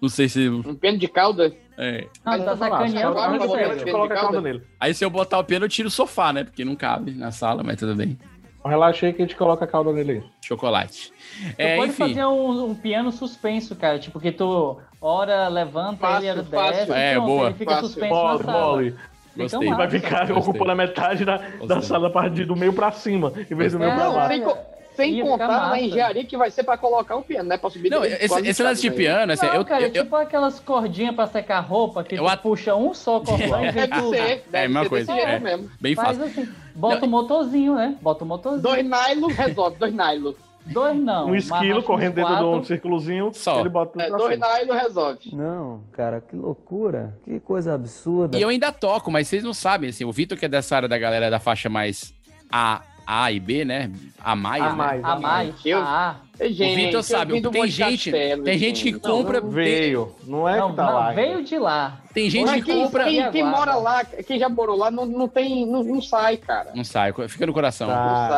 S1: Não sei se.
S2: Um pênis de calda?
S1: é.
S7: Não, tá sacaneando.
S2: Agora
S7: muito
S2: eu vou
S7: sério.
S2: ver.
S6: A gente coloca a calda nele.
S1: Aí se eu botar o piano, eu tiro o sofá, né? Porque não cabe na sala, mas tudo bem.
S6: Relaxa aí que a gente coloca a calda nele aí.
S1: Chocolate.
S2: Então
S7: Tu
S1: É,
S7: pode
S1: enfim.
S7: fazer um, um piano suspenso, cara. Tipo, que tu ora, levanta,
S2: Fácil,
S7: ele
S2: fácil.
S7: desce.
S1: É,
S7: pronto,
S1: boa.
S7: Ele fica
S2: Fácil.
S7: suspenso
S6: Mole,
S7: na sala.
S6: mole.
S7: Então,
S1: Gostei.
S7: massa.
S6: Vai ficar
S1: Gostei.
S6: ocupando a metade da, da sala a partir do meio pra cima, em vez do meio pra
S2: Não,
S6: baixo.
S2: sem, co- sem
S7: Ia ficar
S2: contar na
S7: massa.
S2: engenharia que vai ser pra colocar o piano, né? Pra subir
S1: Não,
S2: dele,
S1: esse,
S2: quase
S1: esse lance de
S2: sabe, né?
S1: piano, assim,
S7: Não,
S1: eu,
S7: cara,
S1: eu- eu-
S7: tipo aquelas cordinhas pra secar roupa que
S1: Eu
S7: tu
S1: at-
S7: puxa um só cordão e vem
S2: Deve
S7: tudo.
S2: ser, deve
S1: É, a mesma
S2: ser
S1: coisa,
S2: desse
S1: é.
S2: jeito mesmo.
S1: bem
S7: Faz
S1: fácil.
S7: assim, bota o motorzinho, né? Bota o motorzinho. Dois,
S2: Dois nylon resolve, dois nylon.
S7: não.
S6: um
S7: mas acho
S6: esquilo
S7: que
S6: correndo dentro de um
S7: quatro.
S6: círculozinho,
S1: Só.
S6: ele bota tudo
S2: É,
S6: pra
S2: dois
S6: cima.
S2: nylon resolve.
S11: Não, cara, que loucura. Que coisa absurda.
S1: E eu ainda toco, mas vocês não sabem, assim, o Vitor que é dessa área da galera da faixa mais A, A e B, né? A mais,
S6: A
S1: né?
S6: mais.
S7: A mais.
S2: Eu-
S7: Ah,
S1: O Vitor sabe, tem gente, tem gente que compra, tem,
S6: Veio, não é
S7: não,
S6: que tá
S7: não,
S6: lá.
S7: veio de lá.
S1: tem gente
S2: Mas
S1: que
S2: quem,
S1: compra, é
S2: quem, quem
S7: Aguarda.
S2: mora lá, quem já morou lá, não, não tem, não, não sai, cara.
S1: não sai, fica no coração.
S6: Tá.
S2: Não
S6: Ah.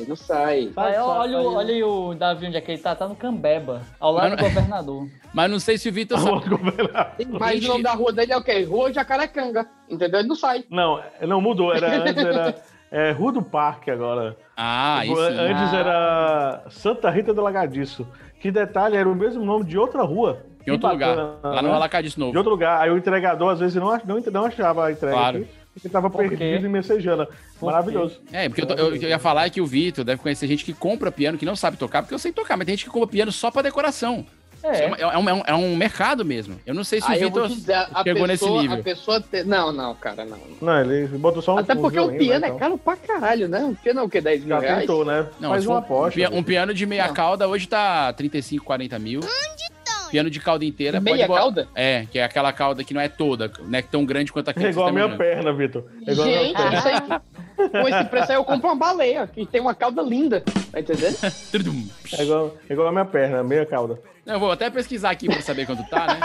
S2: sai, não sai.
S6: Sai,
S7: Aí,
S6: sai,
S7: olha, o-
S6: sai.
S7: olha aí o Davi onde é que ele tá, tá no Cambeba, ao lado
S1: Mas
S7: do
S2: [LAUGHS]
S7: governador.
S1: Mas não sei se o
S6: Tá.
S1: Vitor sabe.
S6: ainda.
S1: Tem um
S2: Mas
S1: gente
S2: o nome
S1: que-
S2: da rua dele é o quê? Rua Jacarecanga, entendeu? Ele não sai.
S6: Não, não mudou, era antes era é, Rua do Parque agora.
S1: Ah,
S6: Tipo,
S1: isso.
S6: antes
S7: Ah.
S6: era Santa Rita do Lagadiço. Que detalhe, era o mesmo nome de outra rua.
S1: Em outro
S6: Que
S1: lugar.
S6: bacana,
S1: Lá no
S6: né?
S1: Alacadiz
S6: De
S1: Novo.
S6: outro lugar. Aí o entregador às vezes não, ach- não, não achava a entrega.
S1: Claro.
S6: aqui, Porque tava
S7: Por quê?
S6: perdido em Messejana.
S7: quê?
S6: Maravilhoso.
S1: É, porque eu, tô- eu- eu ia falar que o Vitor deve conhecer gente que compra piano que não sabe tocar, porque eu sei tocar, mas tem gente que compra piano só pra decoração. Isso É, uma-
S7: É,
S1: é um, é um- é um mercado mesmo. Eu não sei se
S2: Aí
S1: o
S2: eu vou
S1: Vitor
S2: te dizer, a
S1: chegou
S2: pessoa,
S1: nesse nível.
S2: a pessoa te- Não, não, cara, não. não.
S6: Não, ele botou só um
S2: Até
S6: um
S2: porque o
S6: violino,
S2: piano
S6: né,
S2: é
S6: então.
S2: caro pra caralho, né? O piano é o quê? 10 mil
S6: Já
S2: reais?
S6: tentou, né?
S1: Não,
S6: Faz
S1: se for
S6: uma
S1: um,
S6: aposta.
S1: pia- um piano de meia
S2: Não.
S1: cauda hoje tá 35, 40 mil. Piano de cauda inteira
S2: Meia
S1: bo-
S2: cauda?
S1: É, que é aquela cauda que não é toda, né? Tão grande quanto aquela.
S6: É
S1: que
S6: igual a
S1: você tá
S6: minha
S1: mirando.
S6: perna, Vitor. É igual a minha
S2: Gente,
S6: perna.
S2: isso aí, com esse preço aí eu compro uma baleia, que tem uma cauda linda, tá entendendo?
S1: Tudum.
S6: É igual, é igual a minha perna, meia cauda.
S1: Eu vou até pesquisar aqui pra saber quanto tá, né?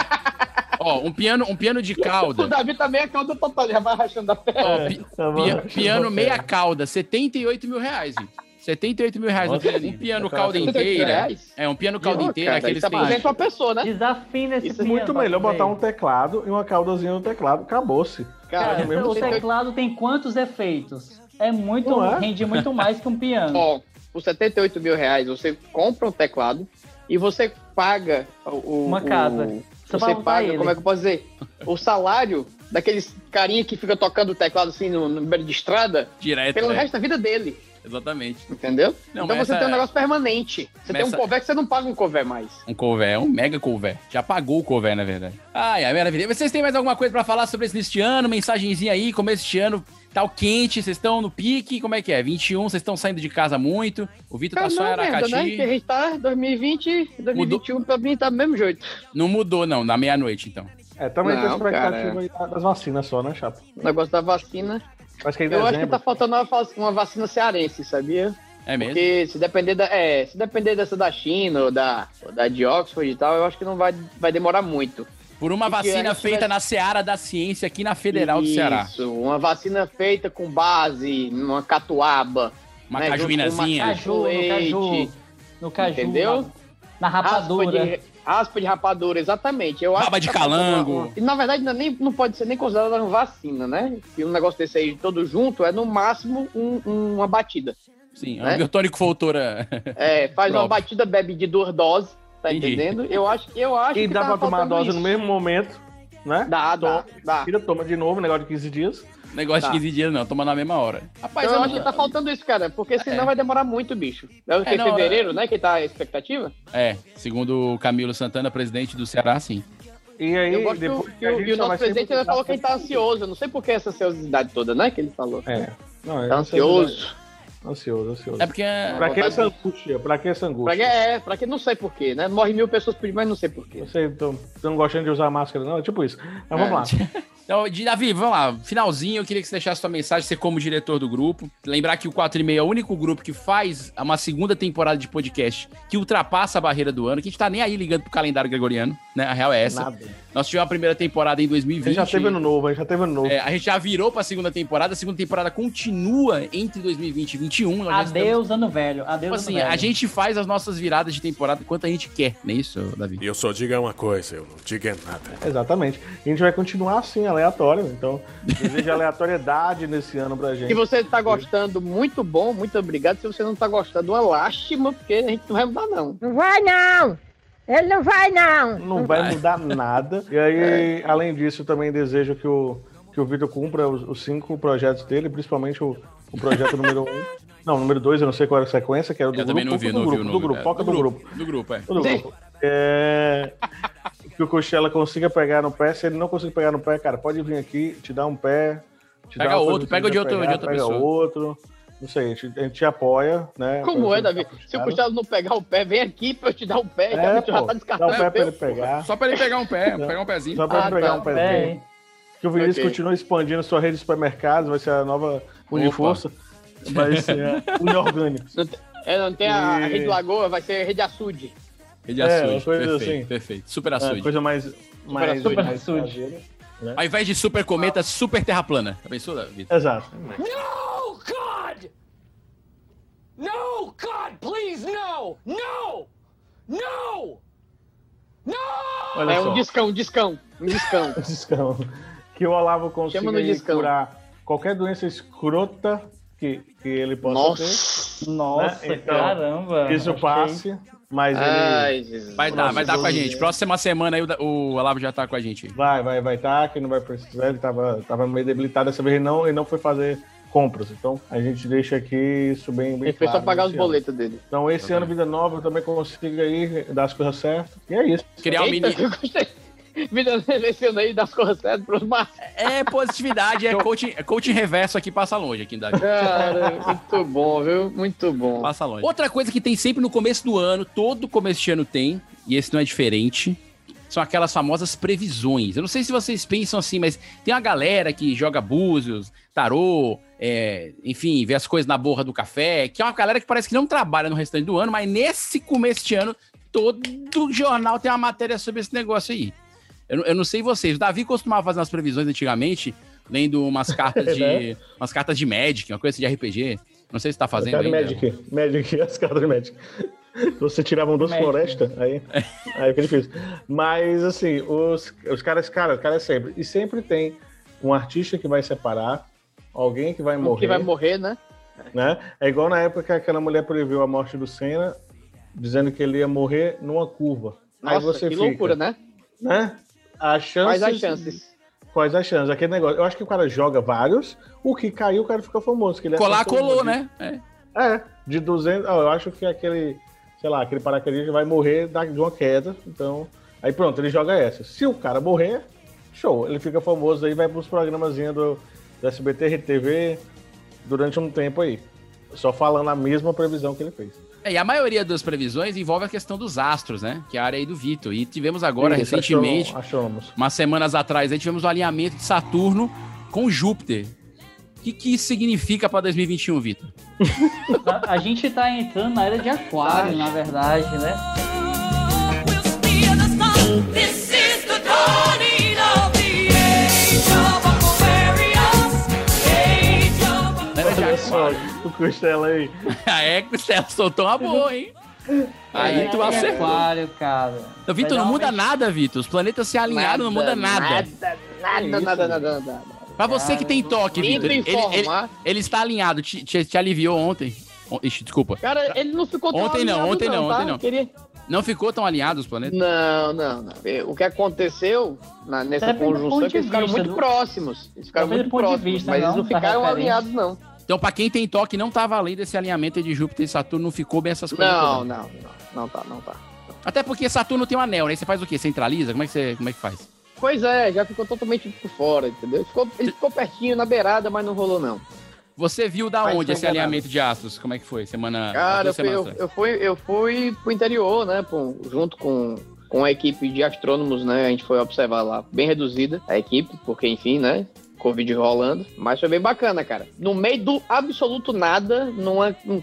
S1: Ó, um piano, um piano de cauda.
S2: O Davi também é calda total, já vai rachando a perna.
S1: Ó, pi- pia- piano meia cauda, 78 mil reais, gente. 78 mil reais no
S2: Nossa,
S1: piano. Um piano
S2: cara,
S1: cauda
S2: 78
S1: inteira.
S2: reais?
S1: É, um piano cauda
S2: Não,
S1: inteira,
S2: cara,
S1: aqueles
S2: isso é
S1: tem.
S2: pra pessoa, né?
S7: Desafina esse
S2: Isso é
S6: Muito
S7: Piano,
S6: melhor botar
S7: velho.
S6: um teclado e uma caudazinha no teclado. Acabou-se.
S7: Cara,
S6: É do
S2: assim,
S6: mesmo
S7: o
S6: jeito.
S7: teclado tem quantos efeitos? É muito,
S2: Não é?
S7: rende muito mais que um piano.
S2: Ó, por 78 mil reais, você compra um teclado e você paga o. o-
S7: Uma casa.
S2: o-
S7: Só pra
S2: você
S7: usar
S2: paga,
S7: ele.
S2: como é que eu posso dizer? O salário daqueles carinha que fica tocando o teclado assim no, no beira de estrada
S1: Direto.
S2: pelo
S1: é.
S2: resto da vida dele,
S1: Exatamente.
S2: entendeu?
S1: Não,
S2: então
S1: mas
S2: você
S1: essa-
S2: tem um negócio permanente. Você
S1: mas
S2: tem um
S1: essa-
S2: cover que você não paga um cover mais.
S1: Um cover, é um mega cover. Já pagou o cover, na verdade. Ai, ai, maravilha. Vocês têm mais alguma coisa pra falar sobre esse este ano? Mensagenzinha aí, como este ano tal quente, vocês estão no pique, como é que é? 21, vocês estão saindo de casa muito. O Vitor tá
S2: Tá
S1: só em
S2: não, merda,
S1: Aracati.
S2: né? Que a gente tá 2020, 2021, pra mim tá do mesmo jeito.
S1: Não mudou, não, na meia-noite, então.
S6: É, também tem
S2: Não,
S6: expectativa
S2: cara.
S6: aí da- das vacinas só, né, Chapa?
S2: O negócio da vacina.
S6: Acho que em
S2: Eu acho que
S6: dezembro-
S2: tá faltando uma, vac- uma vacina cearense, sabia?
S1: É mesmo?
S2: Porque se depender, da, é, se depender dessa da China ou da, ou da de Oxford e tal, eu acho que não vai, vai demorar muito.
S1: Por uma
S2: Porque
S1: vacina
S2: a gente
S1: feita
S2: vai-
S1: na Seara da Ciência, aqui na Federal do
S2: Isso,
S1: Ceará.
S2: uma vacina feita com base numa catuaba. né,
S1: Uma
S2: junto com
S1: cajuínazinha.
S2: uma caju,
S7: No
S2: leite,
S7: caju, no caju, na,
S2: entendeu?
S7: na
S1: Ah,
S7: rapadura.
S2: Aspa de, aspa de rapadura, exatamente. Eu
S1: Baba
S2: acho
S1: de
S2: que tá faltando
S1: calango.
S2: uma- uma- E na verdade não, é nem, não pode ser nem considerada uma vacina, né? E um negócio desse aí todo junto é no máximo um- um- uma batida.
S1: Sim, é
S2: né?
S1: um biotônico Foltora.
S2: É, faz uma
S1: Prova.
S2: batida, bebe de duas doses, tá
S1: Entendi.
S2: entendendo? Eu acho, eu acho
S6: E
S2: que
S6: dá
S2: tava
S6: pra tomar a
S2: faltando
S6: dose
S2: isso.
S6: no mesmo momento, né?
S2: Dá, dá,
S6: Toma,
S2: dá.
S6: Tira, toma de novo, um negócio de 15 dias.
S1: [LAUGHS] Negócio
S2: Tá.
S1: de 15 dias, não, toma na mesma hora. Rapaz,
S2: Então, eu
S1: eu
S2: acho
S1: não-
S2: que tá faltando isso, cara, porque senão
S1: É.
S2: vai demorar muito, bicho. É, o que
S1: É, não,
S2: fevereiro, né, que tá a expectativa?
S1: É, segundo o Camilo Santana, presidente do Ceará, sim.
S6: E aí,
S2: eu gosto
S6: depois
S2: que
S6: a
S2: o,
S6: gente
S2: e o
S6: só vai
S2: nosso presidente
S6: sempre
S2: ainda falou que
S6: ficar-
S2: ele tá ansioso. Eu não sei por que essa ansiosidade toda, né, que ele falou.
S6: É. Não, é
S2: Tá ansioso.
S6: Ansioso, ansioso.
S1: É porque.
S6: Pra que essa angústia? Pra que essa
S2: Pra que,
S6: angústia?
S2: é, pra que não sei por quê, né? Morre mil pessoas por dia, mas não sei por quê.
S6: Você então, não gostando de usar máscara, não? É tipo isso. Mas
S2: É.
S6: vamos lá.
S2: [LAUGHS]
S1: Então, de- Davi, vamos lá. Finalzinho, eu queria que você deixasse sua mensagem, você como diretor do grupo. Lembrar que o 4 e meio é o único grupo que faz uma segunda temporada de podcast que ultrapassa a barreira do ano, que a gente tá nem aí ligando pro calendário gregoriano, né? A real é essa.
S6: Nada.
S1: Nós tivemos a primeira temporada em 2020.
S6: Você já teve ano novo, aí já teve ano novo.
S1: É, a gente já virou pra segunda temporada, a segunda temporada continua entre 2020 e 2021. nós já estamos-
S7: Adeus, ano velho. Adeus,
S1: Tipo
S7: ano
S1: assim,
S7: velho.
S1: a gente faz as nossas viradas de temporada quanto a gente quer, não é isso, Davi?
S12: Eu só diga uma coisa, eu não diga nada.
S6: Exatamente. A gente vai continuar assim, aleatório. Então, desejo aleatoriedade nesse ano pra gente.
S2: Se você tá gostando, muito bom, muito obrigado. Se você não tá gostando, uma lástima, porque a gente não vai mudar, não.
S14: Não vai não! Ele não vai não!
S6: Não vai mudar nada. E
S1: É.
S6: aí, além disso, eu também desejo que o, que o Vitor cumpra os, os cinco projetos dele, principalmente o, o projeto número um. Não, número dois, eu não sei qual era a sequência, que era o do
S1: Eu
S6: grupo.
S1: também não vi,
S6: do
S1: não vi
S6: grupo,
S1: o
S6: do
S1: número.
S6: grupo,
S1: é.
S6: foca do grupo.
S1: Do grupo, é.
S6: Do grupo. É, Que o Cochela consiga pegar no pé. Se ele não conseguir pegar no pé, cara, pode vir aqui, te dar um pé. Te
S1: Pega
S6: dar uma coisa
S1: outro,
S6: que
S1: pega
S6: você
S1: de
S6: quer
S1: outro- de
S6: pegar,
S1: outra
S6: pega
S1: pessoa.
S6: outro. Não sei, a gente, a gente te apoia, né?
S2: Como
S6: Pra você
S2: é, Davi?
S6: ficar
S2: Se o
S6: frustrado.
S2: Costela não pegar o pé, vem aqui pra eu te dar o pé. que a
S6: É,
S2: gente já
S6: pô,
S2: tá
S6: dá
S2: descartando.
S6: o pé pra
S2: meu.
S6: ele pegar.
S1: Só pra ele pegar um pé, pegar um pezinho.
S6: Só pra
S1: Ah,
S6: ele pegar
S1: tá.
S6: um pezinho.
S7: É.
S6: Que o Vinícius
S1: Ok.
S6: continua expandindo sua rede de supermercados, vai ser a nova Uniforça. Vai ser
S1: [LAUGHS]
S6: a Uniorgânicos.
S2: É, não tem a, a
S6: E-
S2: rede Lagoa, vai ser a rede Açude.
S1: Rede
S6: É,
S1: açude,
S6: uma coisa
S1: perfeito,
S6: assim.
S1: perfeito. Super
S6: É,
S1: açude.
S6: coisa mais. mais
S2: açude.
S6: mais
S2: Super
S6: caseira, né?
S1: Ao invés de super cometa, super terra plana. Já pensou, Davi?
S6: Exato.
S10: No, God! No, God, please, no! No! No!
S6: Olha
S2: é
S6: só.
S2: um discão, um discão, um [LAUGHS] discão.
S6: [LAUGHS] Discão. Que o Olavo consiga
S2: Chama no
S6: aí
S2: discão.
S6: curar qualquer doença escrota que, que ele possa
S2: Nossa.
S6: ter.
S7: Nossa, caramba.
S6: Isso
S7: Achei.
S6: passe, mas
S2: Ai,
S6: ele.
S2: Jesus.
S1: Vai dar, vai dar com a gente. Próxima semana aí o, da- o Olavo já tá com a gente.
S6: Vai, vai, vai estar, que não vai precisar, ele tava, tava meio debilitado dessa vez, ele não, ele não foi fazer compras, então a gente deixa aqui isso bem, bem
S2: Ele foi só
S6: claro
S2: pagar os
S6: nesse ano.
S2: boletos dele.
S6: Então esse ano, Vida Nova, eu também consigo aí dar as coisas certas, e é isso.
S1: Criar um mini...
S2: eu gostei. Vida seleciona aí, dá as coisas certas pros marcos.
S1: É positividade, é coaching, é coaching reverso aqui, passa longe aqui, Davi.
S2: Cara, muito bom, viu? Muito bom.
S1: Passa longe. Outra coisa que tem sempre no começo do ano, todo começo de ano tem, e esse não é diferente, são aquelas famosas previsões. Eu não sei se vocês pensam assim, mas tem uma galera que joga búzios, tarô, é, enfim, vê as coisas na borra do café, que é uma galera que parece que não trabalha no restante do ano, mas nesse começo de ano, todo jornal tem uma matéria sobre esse negócio aí. Eu, eu não sei vocês, o Davi costumava fazer umas previsões antigamente, lendo
S6: [LAUGHS]
S1: umas cartas de.
S6: Né?
S1: umas cartas de Magic, uma coisa assim, de RPG. Não sei se tá fazendo
S6: Cara de
S1: ainda.
S6: Magic, Magic, [LAUGHS] as cartas de Magic. Você tirava um dos
S1: Magic.
S6: florestas, aí, aí fica difícil. Mas, assim, os, os caras, cara, os caras é sempre. E sempre tem um artista que vai separar, alguém que vai morrer.
S2: Que vai morrer, né?
S6: né? É igual na época que aquela mulher previu a morte do Senna, dizendo que ele ia morrer numa curva. Aí
S2: Nossa,
S6: você
S2: que
S6: fica,
S2: loucura, né?
S1: Então
S6: Né? A chance.
S2: Quais as chances?
S6: Quais as chances? Aquele negócio. Eu acho que o cara joga vários, o que caiu, o cara fica famoso. Que ele
S1: Colar,
S6: acertou
S1: colou,
S6: um
S1: né?
S6: de- É, de 200. ah, eu acho que aquele, sei lá, aquele paraquedista vai morrer da- de uma queda. Então. Aí pronto, ele joga essa. Se o cara morrer, show. Ele fica famoso aí, vai pros programazinhos do, do SBT, RTV, durante um tempo aí. Só falando a mesma previsão que ele fez.
S1: É, e a maioria das previsões envolve a questão dos astros, né? Que é a área aí do Vitor. E tivemos agora,
S6: Isso,
S1: recentemente,
S6: achou- Achamos.
S1: umas semanas atrás, aí tivemos o alinhamento de Saturno com Júpiter. O que, que isso significa pra 2021, Vitor?
S7: A, a gente tá entrando na era de aquário,
S2: Tá.
S7: na verdade, né?
S10: This is the dawning of the age of Aquarius, age of
S6: Olha só, o Costela aí.
S1: é, Costela soltou uma boa, hein? Aí
S7: É,
S1: tu
S2: Tá
S1: acertou.
S7: Aquário, cara.
S1: Não, Vitor,
S7: Vai
S1: não
S7: dar
S1: muda nada, Vitor. Os planetas se alinharam, não muda nada.
S2: Nada, nada, nada, nada, nada.
S1: Pra você que tem toque,
S2: Lindo
S1: Vitor, ele, ele-
S2: informar.
S1: ele está alinhado. Te, te- te aliviou ontem. On- Ixi, desculpa.
S2: Cara, ele não ficou tão
S1: Ontem não,
S2: alinhado
S1: ontem não,
S2: tá?
S1: ontem não.
S2: Queria-
S1: Não ficou tão alinhado os planetas?
S2: Não, não, não. O que aconteceu na- nessa
S1: Depende Tá do
S2: conjunção
S1: ponto
S2: é que eles
S1: de
S2: ficaram
S1: vista,
S2: muito
S1: do-
S2: próximos. Eles ficaram
S1: Depende
S2: muito
S1: do ponto de
S2: próximos,
S1: vista,
S2: mas eles
S1: não, tá
S2: não
S1: da
S2: ficaram
S1: referência.
S2: alinhados, não.
S1: Então, pra quem tem toque, não tá valendo esse alinhamento de Júpiter e Saturno, não ficou bem essas coisas.
S2: Não,
S1: todas.
S2: não, não. Não tá, não tá.
S1: Até porque Saturno tem um anel, né? Você faz o quê? Centraliza? Como é que, você, como é que faz?
S2: Pois é, já ficou totalmente por fora, entendeu? Ficou- ele ficou pertinho na beirada, mas não rolou, não.
S1: Você viu da
S2: Mas
S1: onde
S2: foi
S1: esse
S2: enganado.
S1: alinhamento de astros? Como é que foi? Semana.
S2: né? Cara, eu
S1: duas
S2: fui,
S1: semanas
S2: eu,
S1: atrás.
S2: eu fui, eu fui pro interior, né? pô, junto com, com a equipe de astrônomos, né? A gente foi observar lá, bem reduzida a equipe, porque enfim, né? Covid rolando, mas foi bem bacana, cara. No meio do absoluto nada, numa, num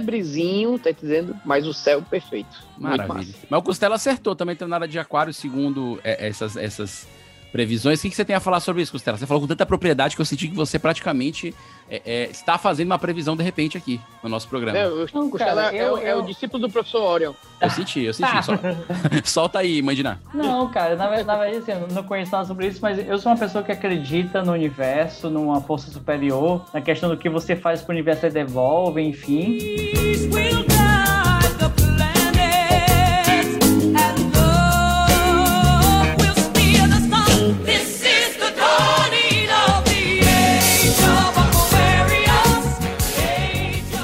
S2: casebrezinho, tá dizendo, mas o céu perfeito. Muito
S1: Maravilha.
S2: massa.
S1: Mas o Costela acertou também entrando na área de aquário, segundo é, essas, essas previsões. O que, que você tem a falar sobre isso, Costela? Você falou com tanta propriedade que eu senti que você praticamente é, é, está fazendo uma previsão de repente aqui no nosso programa.
S2: É,
S1: Eu,
S2: o
S7: Não,
S2: Costela
S7: Então, cara,
S2: é, o-
S7: eu-
S2: é o
S7: eu-
S2: discípulo do professor Orion.
S1: senti, eu senti.
S2: [LAUGHS]
S1: Sol- [LAUGHS] Solta aí, Mandiná.
S7: Não, cara, na, ver- na verdade, assim, eu não conheço nada sobre isso, mas eu sou uma pessoa que acredita no universo, numa força superior, na questão do que você faz pro universo você devolve, enfim.
S10: This is the dawning of the age of Aquarius.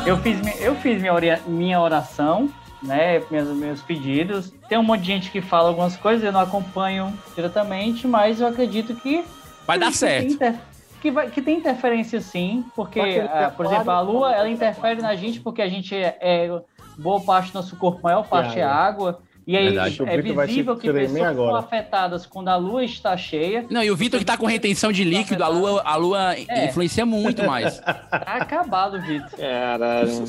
S7: Eu fiz, mi- eu fiz minha, ori- minha oração, né? Meus, meus pedidos. Tem um monte de gente que fala algumas coisas, eu não acompanho diretamente, mas eu acredito que.
S1: Vai dar
S7: que tem
S1: certo.
S7: inter- Que, vai- que tem interferência sim, porque,
S11: Só que ele
S7: ah, por
S11: separa
S7: exemplo, a
S11: e
S7: Lua
S11: coloca
S7: ela interfere na gente porque a gente é, é- boa parte do nosso corpo, maior parte é água. E aí
S1: Verdade.
S7: é
S1: O Vitor vai se
S7: visível que
S1: tremer
S7: pessoas
S1: agora.
S7: são afetadas quando a Lua está cheia.
S1: Não, e o Vitor que tá com retenção de líquido, a lua, a lua
S7: É.
S1: influencia muito mais. [LAUGHS]
S7: Tá acabado, Vitor.
S2: Caralho.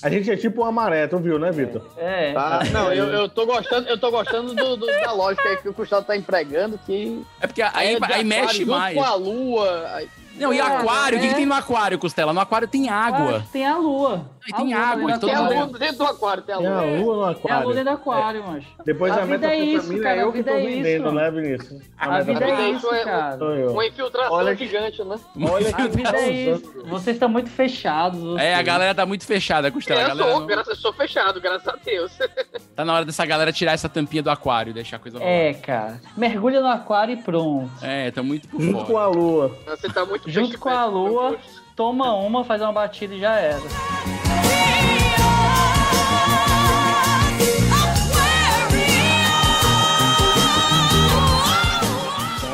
S6: A gente é tipo uma maré, tu viu, né, Vitor?
S7: É.
S2: Tá? Não, eu, eu tô gostando, eu tô gostando do- do- da lógica aí que o Costela tá empregando, que
S1: É porque aí,
S2: É, de
S1: aí
S2: aquário,
S1: mexe
S2: junto
S1: mais.
S2: com a lua. aí-
S1: Não, e
S2: É,
S1: aquário? O que,
S2: é.
S1: que tem no aquário, Costela? No aquário tem água.
S7: Tem a lua.
S1: E tem água,
S7: dentro
S1: todo
S7: do
S1: mundo-
S7: aquário.
S2: Dentro do aquário tem a
S6: Tem a lua
S2: lua.
S6: no
S7: É a lua dentro
S6: aquário.
S7: do aquário, mas.
S6: Depois a, meta mim é eu que tô vendendo, né, Vinícius?
S7: A
S6: meta
S7: vida é
S6: anfetamina
S7: isso,
S6: sou eu.
S7: cara.
S6: Sou eu.
S2: Uma infiltração
S6: Olha
S2: Um gigante, né?
S6: Olha
S1: [LAUGHS]
S7: A vida é
S6: usando.
S7: isso. Vocês estão muito fechados.
S1: É,
S7: vocês.
S1: a galera tá muito fechada, Costela. A
S2: eu
S1: galera
S2: sou,
S1: não-
S2: graças, sou fechado, graças a Deus.
S1: Tá na hora dessa galera tirar essa tampinha do aquário e deixar a coisa rolar.
S7: É, cara. Mergulha no aquário e pronto.
S1: É, tá muito por
S6: Junto com
S1: fora.
S6: a lua.
S2: Você tá muito
S7: Junto com a lua, toma uma, faz uma batida e já era.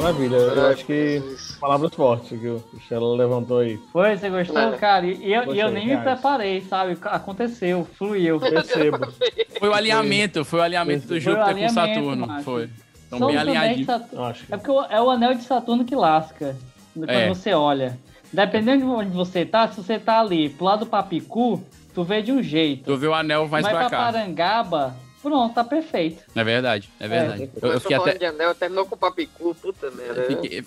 S6: Maravilha. Eu acho que palavras fortes que o Costela
S1: [LAUGHS]
S6: levantou aí.
S7: Foi, você gostou,
S6: É.
S7: cara? E e eu, e eu
S6: Gostei,
S7: nem me
S6: reais.
S7: preparei, sabe? Aconteceu, fluiu.
S6: Percebo.
S1: Foi o alinhamento, foi o alinhamento
S7: Foi
S1: do
S7: o
S1: Júpiter
S7: alinhamento,
S1: com Saturno.
S7: Márcio.
S1: Foi. Então
S7: Só
S1: bem
S7: os anéis de
S1: alinhadinho.
S7: Saturno. É porque o- é o anel de Saturno que lasca. Quando
S1: É.
S7: você olha. Dependendo de onde você tá, se você tá ali pro lado do Papicu, tu vê de um jeito.
S1: Tu vê o anel mais
S7: Mas
S1: pra cá.
S7: Parangaba, Pronto, tá perfeito.
S1: É verdade, é verdade. eu, eu
S2: Eu
S1: fiquei,
S2: falando de
S1: até,
S2: anel, terminou com o papicu, puta merda.
S1: fiquei-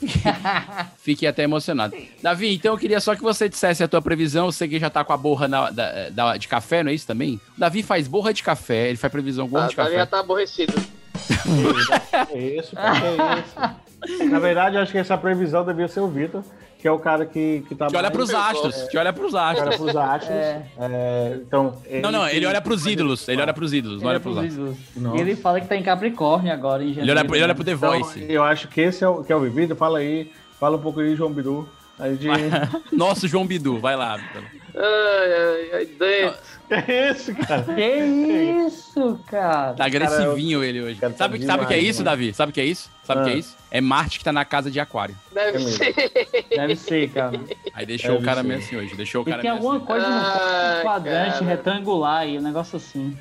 S1: fiquei até emocionado. Davi, então eu queria só que você dissesse a tua previsão. Eu sei que já tá com a borra na- da- da- de café, não é isso também? O Davi faz borra de café, ele faz previsão borra
S2: Ah,
S1: um de
S2: tá, já
S1: café.
S2: tá aborrecido.
S6: É isso, cara, é isso. Na verdade, eu acho que essa previsão devia ser o Vitor, que é o cara que, que tá.
S1: Que olha
S6: mais-
S1: pros astros, que olha pros astros.
S6: Olha pros astros.
S7: É.
S6: é, então,
S1: Não, não, ele olha
S6: é
S1: pros ídolos, ele olha pros ídolos, não olha pros astros.
S7: E ele fala que tá em Capricórnio agora, em
S1: Ele
S7: janeiro.
S1: olha, pro- ele olha pro The
S6: Então,
S1: Voice.
S6: eu acho que esse é o, que é o Vitor. Fala aí, fala um pouco aí, João Bidu.
S1: [LAUGHS]
S6: Aí de... [LAUGHS]
S1: Nosso João Bidu, vai lá. Tá Vitor.
S2: Ai, ai, ai, dentro.
S6: É isso, cara.
S7: Que isso, cara?
S1: Tá agressivinho ele hoje. Sabe,
S7: tá
S1: sabe o que é
S7: demais,
S1: isso,
S7: mano.
S1: Davi? Sabe o que é isso? Sabe o que é
S7: Ah.
S1: isso? É Marte que tá na casa de Aquário.
S2: Deve ser. [LAUGHS]
S7: Deve ser, cara.
S1: Aí deixou
S7: Deve
S1: o cara
S7: ser.
S1: meio assim hoje. Deixou [LAUGHS] o
S7: E
S1: cara
S7: tem
S1: meio
S7: alguma
S1: assim.
S7: coisa no
S2: Ah,
S7: quadrante
S2: cara.
S7: retangular aí, um negócio assim.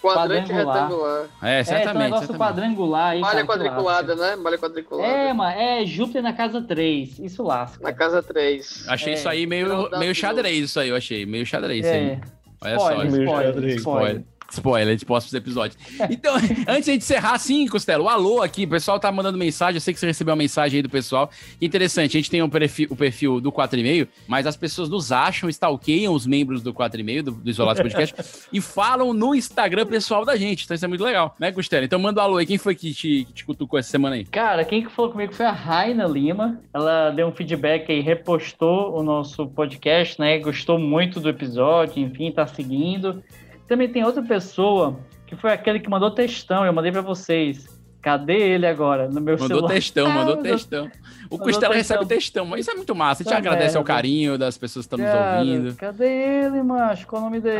S2: Quadrante
S7: Quadrangular.
S2: retangular.
S1: É,
S7: É, tem um
S1: certamente.
S7: negócio
S1: certamente.
S7: quadrangular aí.
S2: Malha
S7: cara, que
S2: quadriculada, né? Malha quadriculada.
S7: lasca. É, mano, é Júpiter na casa 3. Isso lasca.
S2: Na casa 3.
S1: Achei
S7: É.
S1: isso aí meio,
S2: Não dá
S1: meio
S2: tudo.
S1: xadrez, isso aí, eu achei. Meio xadrez,
S7: É.
S1: hein? Olha
S7: Spoiler,
S1: só.
S7: spoiler,
S1: Spoiler,
S7: spoiler.
S1: spoiler. Spoiler de próximos episódios. Então, [LAUGHS] antes de encerrar, sim, Costelo, o alô aqui, o pessoal tá mandando mensagem, eu sei que você recebeu uma mensagem aí do pessoal. Interessante, a gente tem um perfil, o perfil do 4,5, mas as pessoas nos acham, stalkeiam os membros do 4,5, do, do Isolados Podcast,
S7: [LAUGHS]
S1: e falam no Instagram pessoal da gente. Então isso é muito legal, né, Costelo? Então manda um alô aí, quem foi que te, que te cutucou essa semana aí?
S7: Cara, quem que falou comigo foi a Raina Lima. Ela deu um feedback aí, repostou o nosso podcast, né? Gostou muito do episódio, enfim, tá seguindo. Também tem outra pessoa que foi aquele que mandou textão, eu mandei pra vocês. Cadê ele agora? No meu
S1: Mandou
S7: celular.
S1: textão, mandou
S7: Mandou-
S1: textão. O
S7: mandou
S1: Costela
S7: textão.
S1: recebe textão, mas isso é muito massa. A gente
S7: Tá
S1: agradece ao
S7: merda.
S1: carinho das pessoas que estão nos
S7: Cara,
S1: ouvindo.
S7: Cadê ele, macho? Qual o nome dele?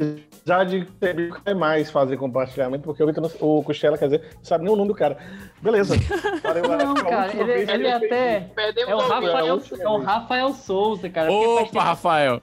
S6: Amizade não é mais fazer compartilhamento, porque o, Vitor não- o Costela, quer dizer, não sabe nem o nome do cara. Beleza. Valeu,
S2: é
S6: valeu.
S7: Não, cara, ele, é
S2: vez que
S7: ele
S2: eu
S7: até.
S2: Perdemos
S7: É o,
S2: alguém. É a
S7: Rafael,
S2: última
S7: é o
S2: vez.
S7: Rafael Souza, cara. É Porque faz
S1: Opa,
S7: tempo-
S1: Rafael!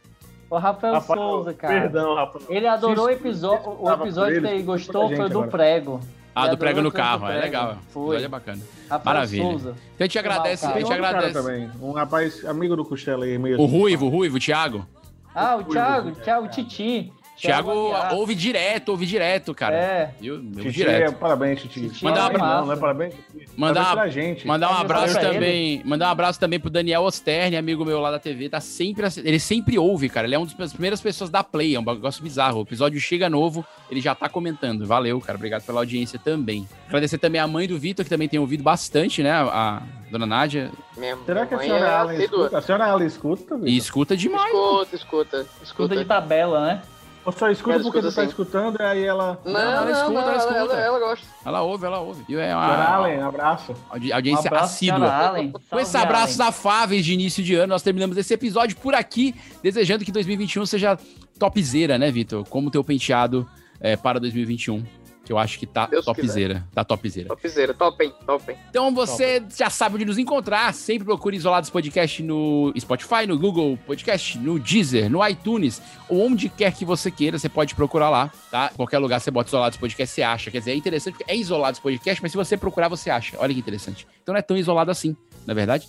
S7: O Rafael,
S6: Rafael,
S7: Souza, cara.
S6: Perdão, Rafael.
S7: Ele adorou o
S6: Se-
S7: episódio. O
S6: tava
S7: episódio
S6: por
S7: que
S6: ele,
S7: ele
S6: pra
S7: gostou
S6: gente
S7: foi o do
S6: agora.
S7: prego.
S1: Ah,
S7: Ele
S1: do prego
S7: adorou
S1: no
S7: o episódio
S1: carro,
S7: do
S1: é
S7: prego.
S1: legal.
S7: Foi.
S1: Olha, é bacana.
S7: Rafael
S1: Maravilha.
S7: Souza.
S1: Então a gente
S7: Foi mal,
S1: agradece, a
S7: é cara.
S6: Tem
S1: gente
S6: outro cara
S1: agradece.
S6: também, um rapaz amigo do Costela aí mesmo.
S1: O Ruivo, o Ruivo, o Thiago.
S7: Ah, o Thiago, Thiago, o Titi.
S1: Thiago
S7: Aguiar.
S1: ouve direto, ouve direto, cara.
S7: É.
S1: Viu? Ouve
S6: Titi, é,
S1: direto.
S6: parabéns, Titi.
S7: Titi
S1: Mandar um
S7: é
S1: abraço.
S6: Não, não é parabéns?
S1: Mandar,
S7: tá
S6: parabéns
S1: uma-
S6: pra gente.
S1: mandar um
S7: Parabéns
S1: abraço
S7: pra
S1: também, mandar um abraço também pro Daniel Osterne, amigo meu lá da TV, tá sempre, assi- ele sempre ouve, cara, ele é uma das primeiras pessoas da Play, é um negócio bizarro, o episódio chega novo, ele já tá comentando, valeu, cara, obrigado pela audiência também. Agradecer também a mãe do Vitor, que também tem ouvido bastante, né, a, a dona Nádia,
S2: Minha
S6: Será que a
S2: mãe
S6: senhora
S2: é
S6: Alan
S2: assídua.
S6: escuta? A senhora Alan escuta, Vitor?
S1: e escuta demais.
S2: Escuta, escuta,
S7: Escuta de
S2: escuta.
S7: tabela, né?
S6: Ou só escuta
S2: Ela
S6: porque
S2: escuta
S6: tu tá
S2: sim.
S6: escutando e aí ela...
S2: Não,
S1: Não, ela
S2: não,
S1: escuta,
S2: não,
S1: ela escuta.
S2: ela- ela gosta.
S1: Ela ouve, ela ouve. E é
S6: Senhora
S1: uma
S6: Allen, abraço.
S1: audi-
S7: Um
S1: audiência
S7: abraço,
S1: assídua.
S7: cara, Allen.
S1: Com
S7: Salve,
S1: esses abraços
S7: Allen.
S1: afáveis de início de ano, nós terminamos esse episódio por aqui, desejando que 2021 seja topzera, né, Vitor? Como teu penteado é, para 2021, que eu acho que tá
S2: Deus
S1: topzera. Tá topzera.
S2: Topzera, top, hein, top, hein.
S1: Então você já sabe onde nos encontrar. Sempre procure Isolados Podcast no Spotify, no Google Podcast, no Deezer, no iTunes, ou onde quer que você queira, você pode procurar lá, tá? Qualquer lugar você bota Isolados Podcast, você acha. Quer dizer, é interessante porque é Isolados Podcast, mas se você procurar, você acha. Olha que interessante. Então não é tão isolado assim, na verdade.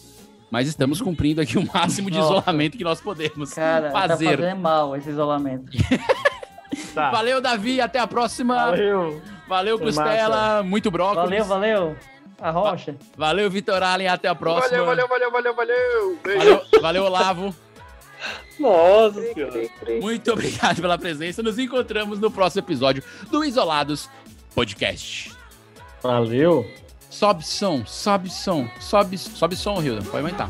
S1: Mas estamos cumprindo aqui o máximo de
S7: Uhum. [LAUGHS] Nossa.
S1: isolamento que nós podemos
S7: Cara, tá
S1: fazer.
S7: fazendo mal esse isolamento.
S6: Tá.
S1: Valeu, Davi. Até a próxima. Valeu,
S6: Valeu. Foi
S1: Costela. Muito brócolis.
S7: Valeu,
S1: Valeu,
S7: valeu. A rocha.
S1: Vitor Allen. Até a próxima.
S2: Valeu, valeu, valeu, valeu, valeu. Beijo.
S1: Valeu, valeu, Olavo.
S4: Nossa senhora.
S1: Muito obrigado pela presença. Nos encontramos no próximo episódio do Isolados Podcast.
S6: Valeu.
S1: Sobe som, sobe som, sobe, sobe som, Hilda. Pode aumentar.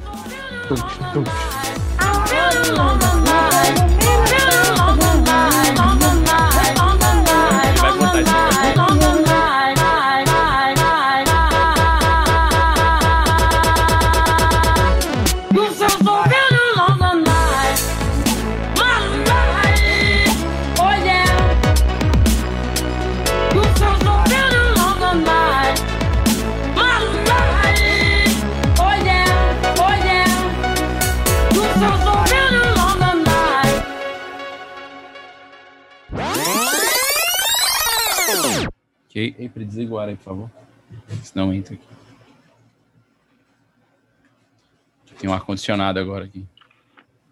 S10: Oh yeah, oh yeah. You sound so real on the night.
S1: Ok, April, desiguar aí, por favor. Senão entra aqui. Tem um ar-condicionado agora aqui.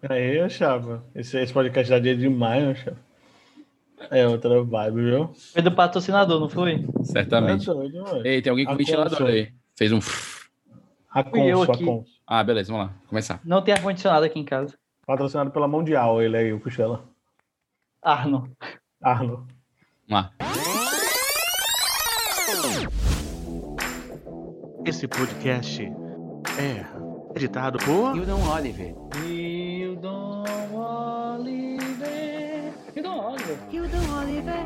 S6: Aí, ô, Chapa. Esse, esse podcast da dia demais, ô, Chapa. É outra vibe, viu?
S7: Foi do patrocinador, não foi?
S1: Certamente.
S6: É doido, ué.
S1: Ei, tem alguém com
S6: A
S1: ventilador
S6: Consul.
S1: aí. Fez um.
S6: A
S7: eu
S6: Consul, a
S7: aqui.
S6: Consul.
S1: Ah, beleza, vamos lá. Começar.
S7: Não tem ar-condicionado aqui em casa.
S6: Patrocinado pela Mundial, ele aí, o Cuxela.
S7: Arno.
S6: Arno.
S1: Vamos lá.
S15: Esse podcast é editado por
S1: Hildon Oliver.
S7: Hildon Oliver. Hildon Oliver.
S10: Hildon Oliver.